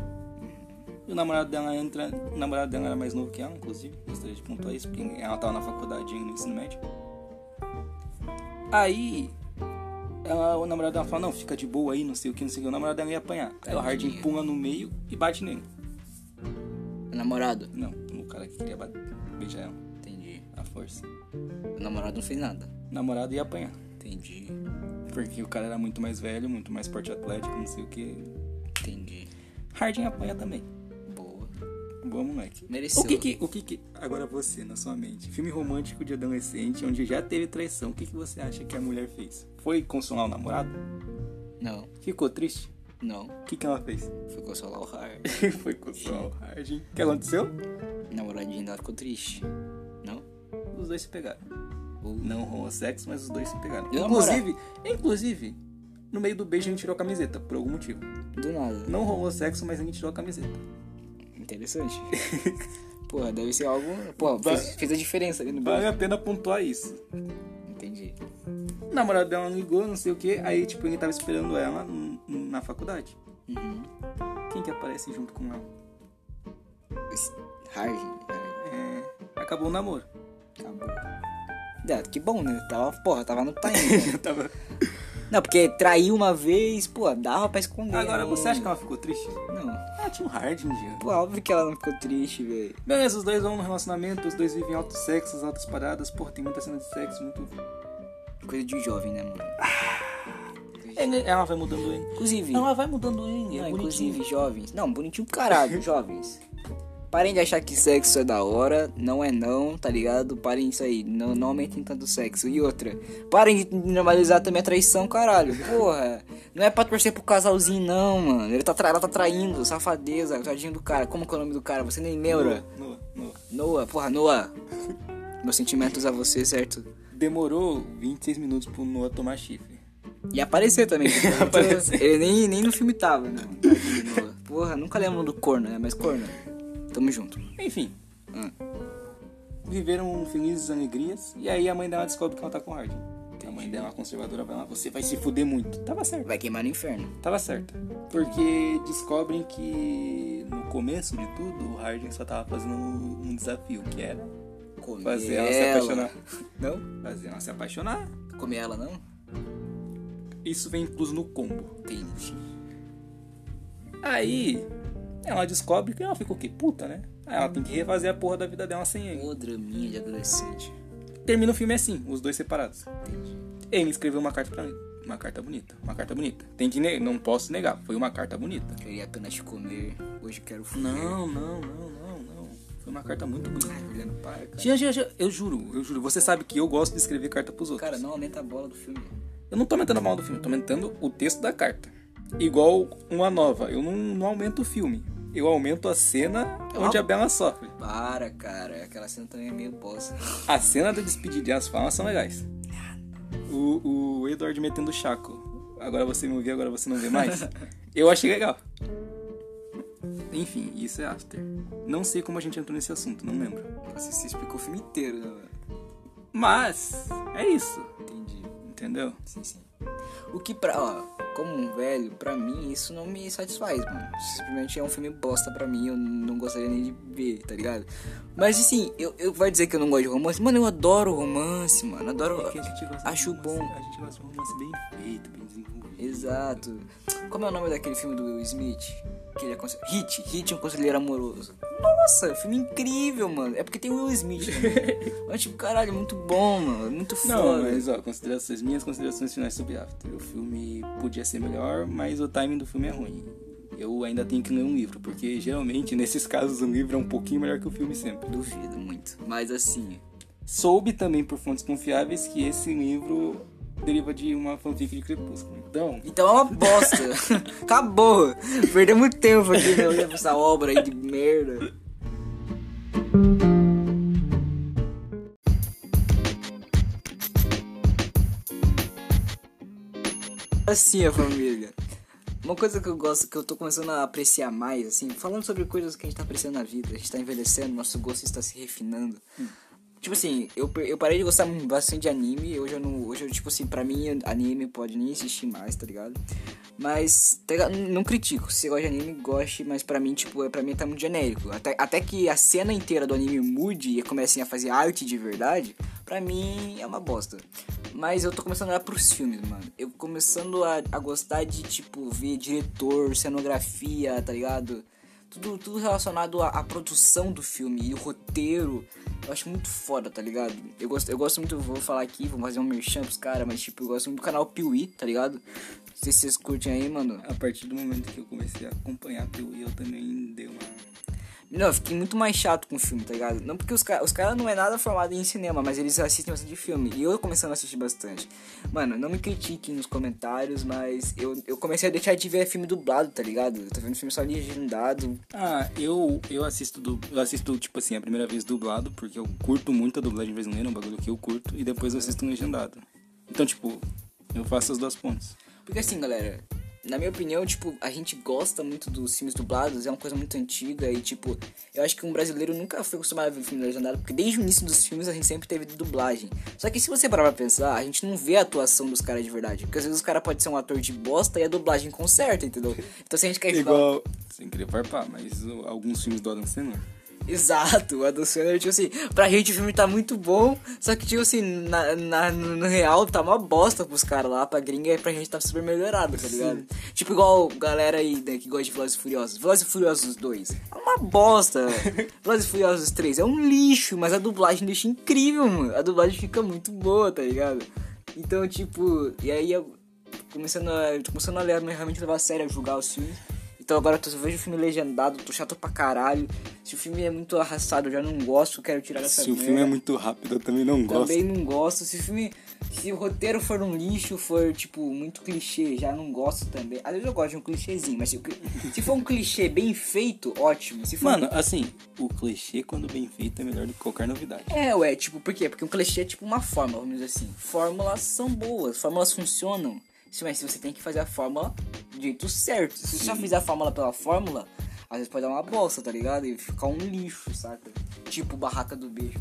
E o namorado dela entra. O namorado dela era mais novo que ela, inclusive. Gostaria de pontuar isso, porque ela tava na faculdade ainda, no ensino médio. Aí. Ela, o namorado dela fala, não, fica de boa aí, não sei o que, não sei o que. O namorado dela ia apanhar. Aí o Hardin pula no meio e bate nele.
o namorado.
Não, o cara que queria bater, beijar ela,
Entendi.
a força.
O namorado não fez nada.
O namorado ia apanhar.
Entendi.
Porque o cara era muito mais velho, muito mais forte atlético, não sei o que.
Entendi.
Hardin apanha também.
Boa.
Boa, moleque.
Mereceu.
O que que, o que que... Agora você, na sua mente. Filme romântico de adolescente, onde já teve traição. O que que você acha que a mulher fez? Foi consolar o namorado?
Não,
Ficou triste?
não.
O que que ela fez?
Ficou só lá o Hard.
Foi consolar o Hardin. O que aconteceu?
O namoradinho dela ficou triste. Não?
Os dois se pegaram.
Uh.
Não rolou sexo, mas os dois se pegaram.
E o
Inclusive, inclusive, no meio do beijo a gente tirou a camiseta, por algum motivo.
Do nada.
Não rolou sexo, mas a gente tirou a camiseta.
Interessante. Porra, deve ser algo. Porra, fez, fez a diferença ali no
Vale
beijo.
a pena pontuar isso.
Entendi.
O namorado dela não ligou, não sei o que. Aí, tipo, ele tava esperando ela n- na faculdade.
Uhum.
Quem que aparece junto com ela?
Esse- Hard. hard.
É, acabou o namoro.
Acabou. Ah, que bom, né? Tava, porra, tava no time. né?
Tava-
não, porque trair uma vez, pô, dava pra esconder.
Agora,
né?
você acha que ela ficou triste?
Não.
Ah, tinha um hard um dia.
Pô, óbvio que ela não ficou triste, velho.
Beleza, os dois vão no relacionamento, os dois vivem altos sexos, altas paradas, porra, tem muita cena de sexo, muito.
Coisa de jovem, né, mano?
Ele- É, Ela vai mudando ele.
Inclusive.
Ela vai mudando ele,
Não,
é bonitinho.
inclusive, jovens. Não, bonitinho caralho, jovens. Parem de achar que sexo é da hora, não é não, tá ligado? Parem isso aí, não, não aumentem tanto sexo. E outra, parem de normalizar também a traição, caralho. Porra, não é pra torcer pro casalzinho, não, mano. Ele tá, tra- ela tá traindo, safadeza, tadinho do cara. Como que é o nome do cara? Você nem lembra?
Noah, Noah.
Noah, porra, Noah. Meus sentimentos a você, certo?
Demorou 26 minutos pro Noah tomar chifre.
E aparecer também. Então, Ele nem, nem no filme tava, né? mano? Tadinho do Noah. Porra, nunca lembro do corno, né? Mas corno. Tamo junto.
Enfim. Viveram felizes alegrias. E aí a mãe dela descobre que ela tá com hard. A mãe dela, a conservadora, vai lá, você vai se fuder muito. Tava certo.
Vai queimar no inferno.
Tava certa. Porque descobrem que no começo de tudo, o Harding só tava fazendo um desafio, que era
Comer
fazer ela se apaixonar.
Não?
Fazer ela se apaixonar.
Comer ela não?
Isso vem incluso no combo. Entendi. Aí, ela descobre que ela ficou que puta, né? Aí ela tem que refazer a porra da vida dela sem ele.
Ô, draminha de adolescente.
Termina o filme assim, os dois separados. Ele escreveu uma carta pra mim. Uma carta bonita, uma carta bonita. Tem que ne- não posso negar, foi uma carta bonita.
Queria apenas te comer. Hoje quero fumar.
Não, não, não, não, não. Foi uma carta muito bonita.
Juliano, para, cara.
Jean, Jean, Jean, eu juro, eu juro. Você sabe que eu gosto de escrever carta pros outros.
Cara, não aumenta a bola do filme.
Eu não tô aumentando a mal do filme, eu tô aumentando o texto da carta. Igual uma nova. Eu não, não aumento o filme. Eu aumento a cena onde a Bela sofre.
Para, cara. Aquela cena também é meio bosta.
A cena da despedida e as falas são legais. O, o Edward metendo o chaco. Agora você me ouviu, agora você não vê mais. Eu achei legal. Enfim, isso é after. Não sei como a gente entrou nesse assunto, não lembro.
Nossa, você explicou o filme inteiro, né, mano?
Mas, é isso.
Entendi.
Entendeu?
Sim, sim. O que pra. Ó, como um velho, pra mim isso não me satisfaz, mano. Simplesmente é um filme bosta pra mim, eu não gostaria nem de ver, tá ligado? Mas assim, eu, eu vai dizer que eu não gosto de romance. Mano, eu adoro romance, mano. Adoro. acho bom.
A gente gosta de um romance bem feito, bem desenvolvido.
Exato. Como é o nome daquele filme do Will Smith? Que ele é consel... Hit, Hit é um conselheiro amoroso. Nossa, filme incrível, mano. É porque tem o Will Smith, né? Mas tipo, caralho, muito bom, mano. Muito foda.
Não, mas ó, considerações, minhas considerações finais sobre After. O filme podia ser melhor, mas o timing do filme é ruim. Eu ainda tenho que ler um livro, porque geralmente nesses casos o livro é um pouquinho melhor que o filme sempre.
Duvido muito. Mas assim,
Soube também por fontes confiáveis que esse livro deriva de uma fanfic de Crepúsculo. Então,
Então é uma bosta. Acabou. Perdemos tempo aqui, meu, lendo essa obra aí de merda. Assim, a família. Uma coisa que eu gosto, que eu tô começando a apreciar mais, assim, falando sobre coisas que a gente tá apreciando na vida, a gente tá envelhecendo, nosso gosto está se refinando. Tipo assim, eu, per- eu parei de gostar bastante de anime, hoje eu não. Hoje eu, tipo assim, pra mim anime pode nem existir mais, tá ligado? Mas, tá ligado? N- não critico. Se você gosta de anime, goste, mas pra mim, tipo, é- pra mim tá muito genérico. Até, até que a cena inteira do anime mude e comecem a fazer arte de verdade, pra mim é uma bosta. Mas eu tô começando a olhar pros filmes, mano. Eu começando a, a gostar de, tipo, ver diretor, cenografia, tá ligado? tudo, tudo relacionado à, à produção do filme e o roteiro. Eu acho muito foda, tá ligado? Eu gosto, eu gosto muito, vou falar aqui, vou fazer um merchan pros caras, mas tipo, eu gosto muito do canal Piuí, tá ligado? Não sei se vocês curtem aí, mano.
a partir do momento que eu comecei a acompanhar pelo eu também dei uma.
Não, eu fiquei muito mais chato com o filme, tá ligado? Não porque os caras os cara não é nada formado em cinema, mas eles assistem bastante filme. E eu começando a assistir bastante. Mano, não me critiquem nos comentários, mas eu, eu comecei a deixar de ver filme dublado, tá ligado? Eu tô vendo filme só legendado.
Ah, eu, eu assisto du- eu assisto, tipo assim, a primeira vez dublado, porque eu curto muito a dublagem brasileira, é um bagulho que eu curto, e depois eu assisto um legendado. Então, tipo, eu faço as duas pontes.
Porque assim, galera, na minha opinião, tipo, a gente gosta muito dos filmes dublados, é uma coisa muito antiga e, tipo, eu acho que um brasileiro nunca foi acostumado a ver filme legendado, porque desde o início dos filmes a gente sempre teve dublagem. Só que se você parar pra pensar, a gente não vê a atuação dos caras de verdade, porque às vezes os caras podem ser um ator de bosta e a dublagem
É
conserta, entendeu? Então se a gente quer
Igual. Sem querer farpar, mas o- alguns filmes do Adam Sandler
Exato, a do Sandler, tipo assim, pra gente o filme tá muito bom, só que, tipo assim, na, na- no real tá uma bosta pros caras lá, pra gringa, e pra gente tá super melhorado, tá ligado? Tipo igual galera aí né, que gosta de Velozes e Furiosos. Velozes e Furiosos 2 é uma bosta. Velozes e Furiosos 3 é um lixo, mas a dublagem deixa incrível, mano. A dublagem fica muito boa, tá ligado? Então, tipo, e aí eu começando a, tô começando a ler, realmente levar a sério, a julgar os filmes. Então agora eu só vejo filme legendado, tô chato pra caralho. Se o filme é muito arrastado, eu já não gosto, quero tirar dessa
Se o filme é
merda.
muito rápido, eu também não gosto.
Também não gosto. Se o filme. Se o roteiro for um lixo, for, tipo, muito clichê, já não gosto também. Às vezes eu gosto de um clichêzinho, mas se, o- se for um clichê bem feito, ótimo. Se for um
Mano, assim, o clichê, quando bem feito, é melhor do que qualquer novidade.
É, ué, tipo, por quê? Porque um clichê é tipo uma fórmula, vamos dizer assim. Fórmulas são boas, fórmulas funcionam. Sim, Mas você tem que fazer a fórmula do jeito certo. Se você só fizer a fórmula pela fórmula, às vezes pode dar uma bosta, tá ligado? E ficar um lixo, saca? Tipo barraca do beijo.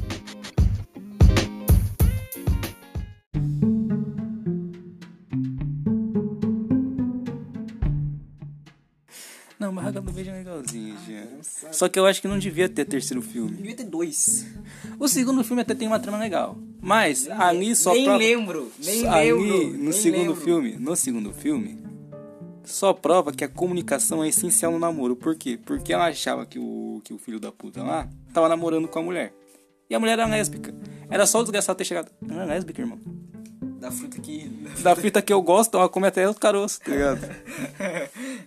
Não, Barraca do Beijo é legalzinho, já. Só que eu acho que não devia ter terceiro filme.
Devia ter dois.
O segundo filme até tem uma trama legal. Mas ali só
nem
prova-
lembro, nem
ali,
lembro,
no
nem
segundo
lembro.
filme, no segundo filme, só prova que a comunicação é essencial no namoro. Por quê? Porque ela achava que o, que o filho da puta lá tava namorando com a mulher. E a mulher era lésbica. Era só o desgraçado ter chegado. Não é lésbica, irmão.
Da fruta que.
Da fita que eu gosto, ela come até os caroços, tá ligado?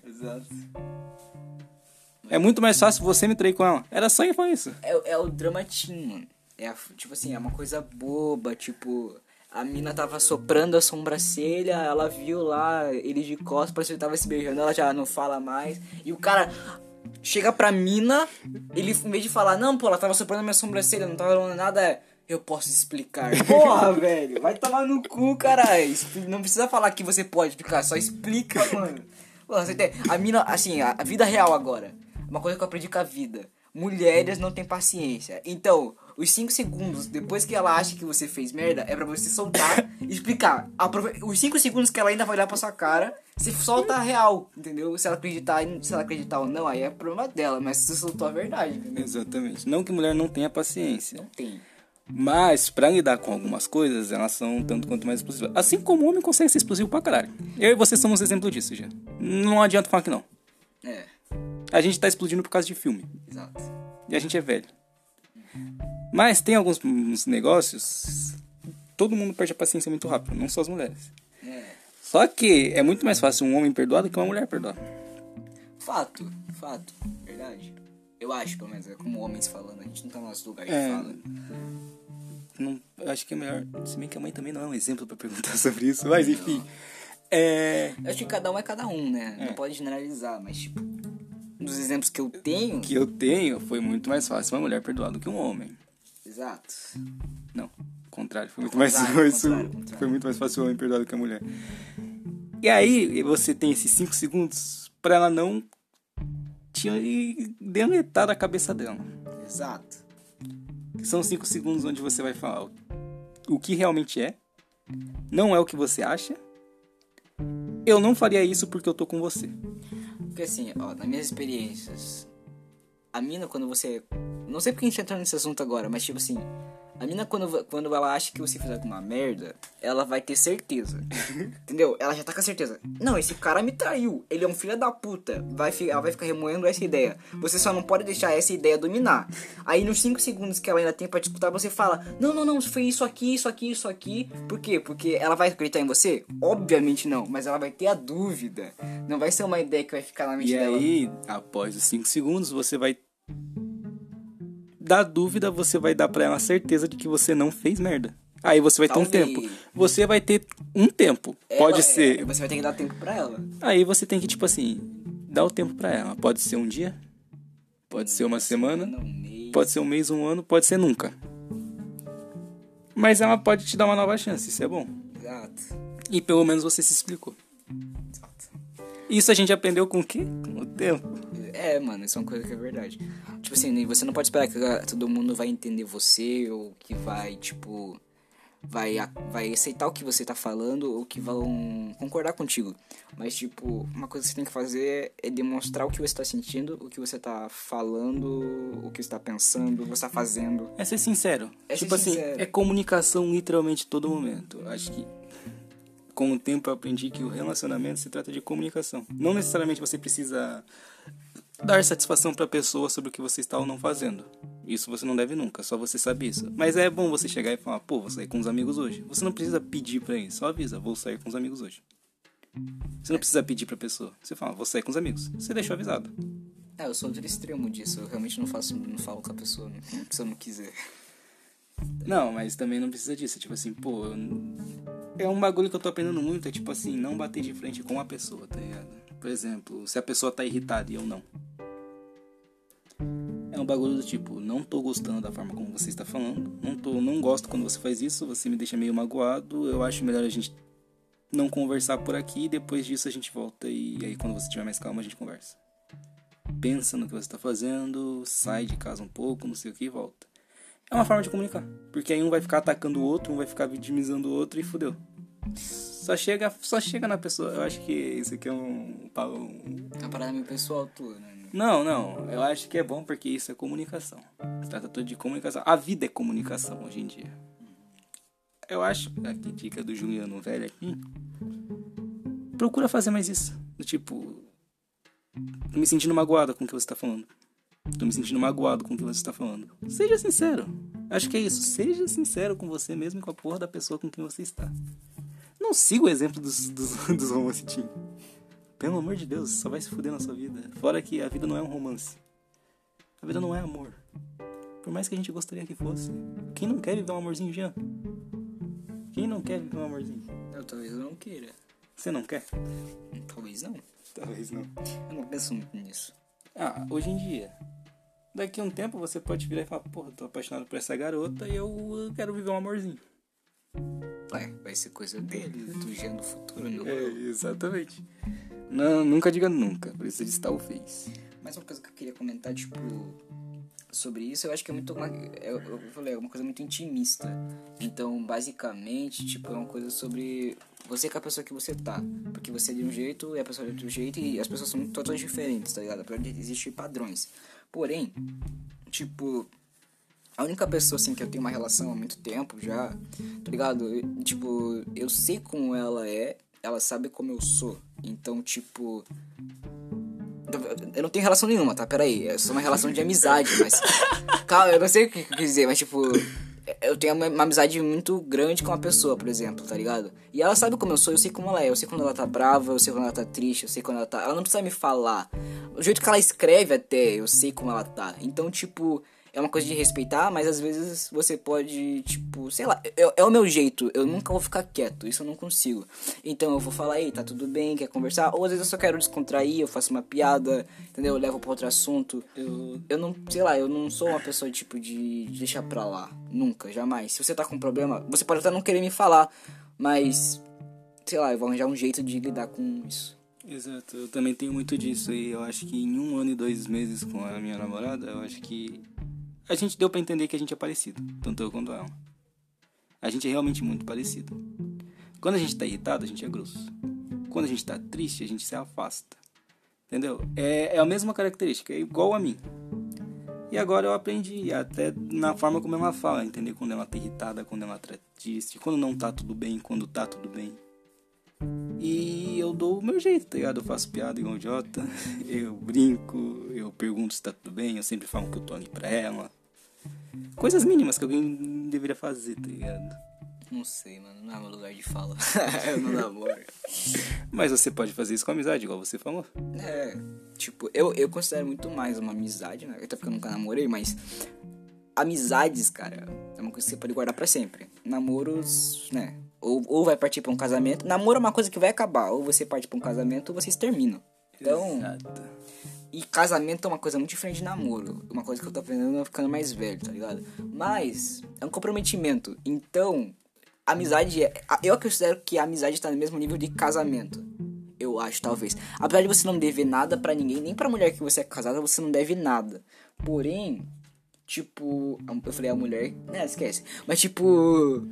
Exato.
É muito mais fácil você me trair com ela. Era só falar isso.
É, é o dramatinho, mano. É, a- tipo assim, é uma coisa boba, tipo... A mina tava soprando a sobrancelha, ela viu lá ele de costas, parece que ele tava se beijando, ela já não fala mais. E o cara chega pra mina, ele em vez de falar, não, pô, ela tava soprando minha sobrancelha, não tava falando nada, é, eu posso explicar. Porra, velho, vai tomar no cu, caralho. Expli- Não precisa falar que você pode explicar, só explica, mano. Pô, você tem, a mina, assim, a, a vida real agora. Uma coisa que eu aprendi com a vida. Mulheres não têm paciência. Então, os 5 segundos depois que ela acha que você fez merda, é pra você soltar e explicar. Aprove- Os 5 segundos que ela ainda vai olhar pra sua cara, você solta a real, entendeu? Se ela acreditar, em- se ela acreditar ou não, aí é problema dela, mas você soltou a verdade, entendeu?
Exatamente. Não que mulher não tenha paciência.
Não tem.
Mas, pra lidar com algumas coisas, elas são um tanto quanto mais explosivas. Assim como o homem consegue ser explosivo pra caralho. Eu e você somos exemplo disso, já. Não adianta falar que não.
É,
A gente tá explodindo por causa de filme.
exato.
E a gente é velho. Mas tem alguns uns negócios. Todo mundo perde a paciência muito rápido, não só as mulheres.
É.
Só que é muito mais fácil um homem perdoar do que uma mulher perdoar.
Fato, fato, verdade. Eu acho, pelo menos, é como homens falando, a gente não tá no nosso lugar de
É.
fala.
Não, eu acho que é melhor. Se bem que a mãe também não é um exemplo pra perguntar sobre isso, mas enfim. É.
Eu acho que cada um é cada um, né? Não pode generalizar, mas tipo, um dos exemplos que eu tenho.
que eu tenho foi muito mais fácil uma mulher perdoar do que um homem.
Exato.
Não, ao contrário, foi muito mais
contrário, ao
fácil.
contrário, ao contrário.
Foi muito mais fácil o homem perdoar do que a mulher. E aí você tem esses 5 segundos pra ela não te deletar a cabeça dela.
Exato.
Que são 5 segundos onde você vai falar o- o que realmente é, não é o que você acha. Eu não faria isso porque eu tô com você.
Porque assim, ó, nas minhas experiências, a mina quando você. Não sei porque a gente tá entrando nesse assunto agora, mas tipo assim. A mina quando, va- quando ela acha que você fez alguma merda, ela vai ter certeza. entendeu? Ela já tá com a certeza. Não, esse cara me traiu. Ele é um filho da puta. Vai, fi- ela vai ficar remoendo essa ideia. Você só não pode deixar essa ideia dominar. Aí nos 5 segundos que ela ainda tem pra disputar, você fala: Não, não, não, foi isso aqui, isso aqui, isso aqui. Por quê? Porque ela vai acreditar em você? Obviamente não, mas ela vai ter a dúvida. Não vai ser uma ideia que vai ficar na mente
E
dela.
aí, após os 5 segundos, você vai. Da dúvida, você vai dar pra ela a certeza de que você não fez merda. Aí você vai ter um
Talvez.
tempo. Você vai ter um tempo.
Ela- é.
Pode ser.
Você vai ter que dar tempo pra ela.
Aí você tem que, tipo assim, dar o tempo pra ela. Pode ser um dia, pode ser uma semana,
Não, meio.
pode ser um mês, um ano, pode ser nunca. Mas ela pode te dar uma nova chance, isso é bom.
Exato.
E pelo menos você se explicou.
Exato.
Isso a gente aprendeu com o quê? Com o tempo.
É, mano, isso é uma coisa que é verdade. Tipo assim, nem- você não pode esperar que ah, todo mundo vai entender você ou que vai, tipo. vai, a- vai aceitar o que você tá falando ou que vão concordar contigo. Mas, tipo, uma coisa que você tem que fazer é demonstrar o que você tá sentindo, o que você tá falando, o que você tá pensando, o que você tá fazendo.
É ser sincero.
É ser
tipo assim,
sincero.
é comunicação literalmente todo momento. Acho que com o tempo eu aprendi que o relacionamento se trata de comunicação. Não necessariamente você precisa dar satisfação pra pessoa sobre o que você está ou não fazendo. Isso você não deve nunca, só você sabe isso. Mas é bom você chegar e falar, pô, vou sair com os amigos hoje. Você não precisa pedir pra ele, só avisa, vou sair com os amigos hoje. Você não precisa pedir pra pessoa. Você fala, vou sair com os amigos. Você deixou avisado.
É, eu sou outro extremo disso. Eu realmente não faço, não falo com a pessoa né, se eu não quiser.
Não, mas também não precisa disso. Tipo assim, pô. eu n- É um bagulho que eu tô aprendendo muito, é tipo assim, não bater de frente com a pessoa, tá ligado? Por exemplo, se a pessoa tá irritada e eu não. É um bagulho do tipo, não tô gostando da forma como você está falando, não, tô, não gosto quando você faz isso, você me deixa meio magoado, eu acho melhor a gente não conversar por aqui, depois disso a gente volta e aí quando você tiver mais calma a gente conversa. Pensa no que você tá fazendo, sai de casa um pouco, não sei o que e volta. É uma forma de comunicar. Porque aí um vai ficar atacando o outro, um vai ficar vitimizando o outro e fudeu. Só chega, só chega na pessoa. Eu acho que isso aqui é um, pa- um-
É uma parada meio pessoal tua, né?
Não, não. Eu acho que é bom porque isso é comunicação. Se Trata tudo de comunicação. A vida é comunicação hoje em dia. Eu acho. Aqui, dica do Juliano velho aqui. Procura fazer mais isso. Do tipo. Tô me sentindo magoado com o que você tá falando. Tô me sentindo magoado com o que você tá falando. Seja sincero. Acho que é isso. Seja sincero com você mesmo e com a porra da pessoa com quem você está. Não siga o exemplo dos, dos, dos romance teen. Pelo amor de Deus, só vai se fuder na sua vida. Fora que a vida não é um romance. A vida não é amor. Por mais que a gente gostaria que fosse. Quem não quer viver um amorzinho, Jean? Quem não quer viver um amorzinho?
Eu talvez eu não queira.
Você não quer?
Talvez não.
Talvez não.
Eu não penso muito nisso.
Ah, hoje em dia. Daqui a um tempo você pode virar e falar, porra, tô apaixonado por essa garota e eu quero viver um amorzinho.
Ué, vai ser coisa dele, do gênero do futuro, não.
É. exatamente. Não, nunca diga nunca. Precisa de talvez.
Mas uma coisa que eu queria comentar, tipo, sobre isso, eu acho que é muito. uma- Eu, eu falei, é uma coisa muito intimista. Então, basicamente, tipo, é uma coisa sobre você com a pessoa que você tá. Porque você é de um jeito e a pessoa é de outro jeito e as pessoas são totalmente diferentes, tá ligado? Apesar de existir padrões. Porém, tipo, a única pessoa, assim, que eu tenho uma relação há muito tempo já, tá ligado? Eu- tipo, eu sei como ela é, ela sabe como eu sou. Então, tipo, eu não tenho relação nenhuma, tá? Peraí, é só uma relação de amizade, mas. Calma, eu não sei o que eu quis dizer, mas tipo. Eu tenho uma, uma amizade muito grande com uma pessoa, por exemplo, tá ligado? E ela sabe como eu sou, eu sei como ela é. Eu sei quando ela tá brava, eu sei quando ela tá triste, eu sei quando ela tá. Ela não precisa me falar. O jeito que ela escreve até, eu sei como ela tá. Então, tipo. É uma coisa de respeitar, mas às vezes você pode, tipo, sei lá, é, é o meu jeito, eu nunca vou ficar quieto, isso eu não consigo. Então eu vou falar, ei, tá tudo bem, quer conversar? Ou às vezes eu só quero descontrair, eu faço uma piada, entendeu? Eu levo pra outro assunto.
Eu.
Eu não, sei lá, eu não sou uma pessoa tipo de deixar pra lá, nunca, jamais. Se você tá com um problema, você pode até não querer me falar, mas, sei lá, eu vou arranjar um jeito de lidar com isso.
Exato, eu também tenho muito disso e eu acho que em um ano e dois meses com a minha namorada, eu acho que a gente deu pra entender que a gente é parecido, tanto eu quanto ela. A gente é realmente muito parecido. Quando a gente tá irritado, a gente é grosso. Quando a gente tá triste, a gente se afasta. Entendeu? É, é a mesma característica, é igual a mim. E agora eu aprendi, até na forma como ela fala, entender quando ela tá irritada, quando ela tá triste, quando não tá tudo bem, quando tá tudo bem. E eu dou o meu jeito, tá ligado? Eu faço piada igual um idiota, eu brinco, eu pergunto se tá tudo bem, eu sempre falo que eu tô ali pra ela. Coisas mínimas que alguém deveria fazer, tá ligado?
Não sei, mano, não é meu lugar de fala. eu não namoro.
Mas você pode fazer isso com amizade, igual você falou.
É, tipo, eu, eu considero muito mais uma amizade, né? Até porque eu nunca namorei, mas amizades, cara, é uma coisa que você pode guardar pra sempre. Namoros, né? Ou, ou vai partir pra um casamento. Namoro é uma coisa que vai acabar. Ou você parte pra um casamento ou vocês terminam. Então,
Exato.
e casamento é uma coisa muito diferente de namoro. Uma coisa que eu tô aprendendo ficando mais velho, tá ligado? Mas é um comprometimento. Então, amizade é. a- Eu considero que a amizade tá no mesmo nível de casamento. Eu acho, talvez. Apesar de você não dever nada pra ninguém, nem pra mulher que você é casada, você não deve nada. Porém, tipo. a- Eu falei a mulher. Né, esquece. Mas tipo.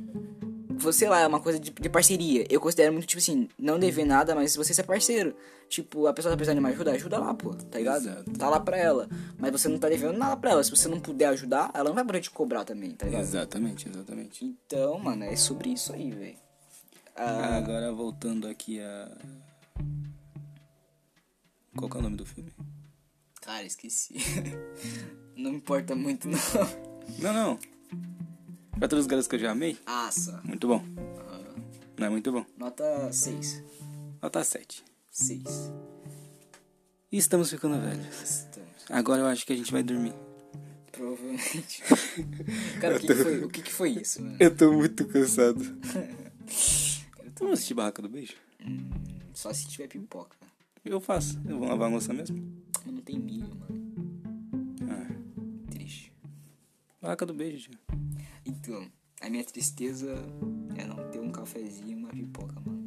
você lá, é uma coisa de, de parceria. Eu considero muito, tipo assim, não dever nada, mas você ser parceiro. Tipo, a pessoa tá precisando de uma ajuda, ajuda lá, pô, tá ligado? Tá lá pra ela. Mas você não tá devendo nada pra ela. Se você não puder ajudar, ela não vai poder te cobrar também, tá ligado?
Exatamente, exatamente.
Então, mano, é sobre isso aí, velho.
Ah, Agora voltando aqui a. Qual que é o nome do filme?
Cara, esqueci. não me importa muito, não.
Não, não. Pra todos os garotos que eu já amei,
Ah, só. ah,
muito bom. Não é muito bom.
Nota 6.
Nota 7.
6.
E estamos ficando velhos. Agora eu acho que a gente vai dormir.
Provavelmente. Cara, o que, que foi, o que, que foi isso, mano?
Eu tô muito cansado. Vamos assistir Barraca do Beijo?
Hum, Só se tiver pipoca.
Eu faço. Eu vou lavar a louça mesmo.
Mas não tem milho, mano.
Ah,
Triste.
Barraca do Beijo, tio.
Então, a minha tristeza é não ter um cafezinho e uma pipoca, mano.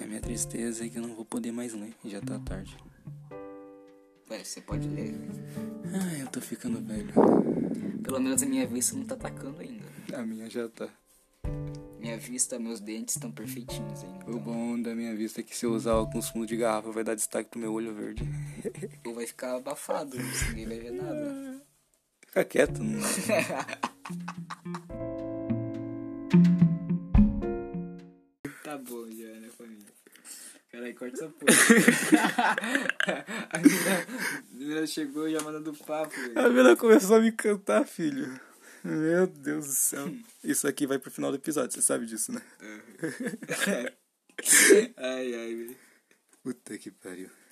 A minha tristeza é que eu não vou poder mais ler. Já tá tarde.
Velho, você pode ler. velho.
Ai, Ah, eu tô ficando velho.
Pelo menos a minha vista não tá atacando ainda.
A minha já tá.
Minha vista, meus dentes estão perfeitinhos ainda.
O bom da minha vista é que se eu usar óculos fundo de garrafa vai dar destaque pro meu olho verde.
Ou vai ficar abafado, ninguém vai ver nada.
Fica quieto, não.
Tá bom já, né, família? Caralho, corta essa porra. a menina- a menina chegou já mandando papo, velho.
A mina começou a me cantar, filho. Meu Deus do céu. Isso aqui vai pro final do episódio, você sabe disso, né?
Ai, ai, velho.
Puta que pariu.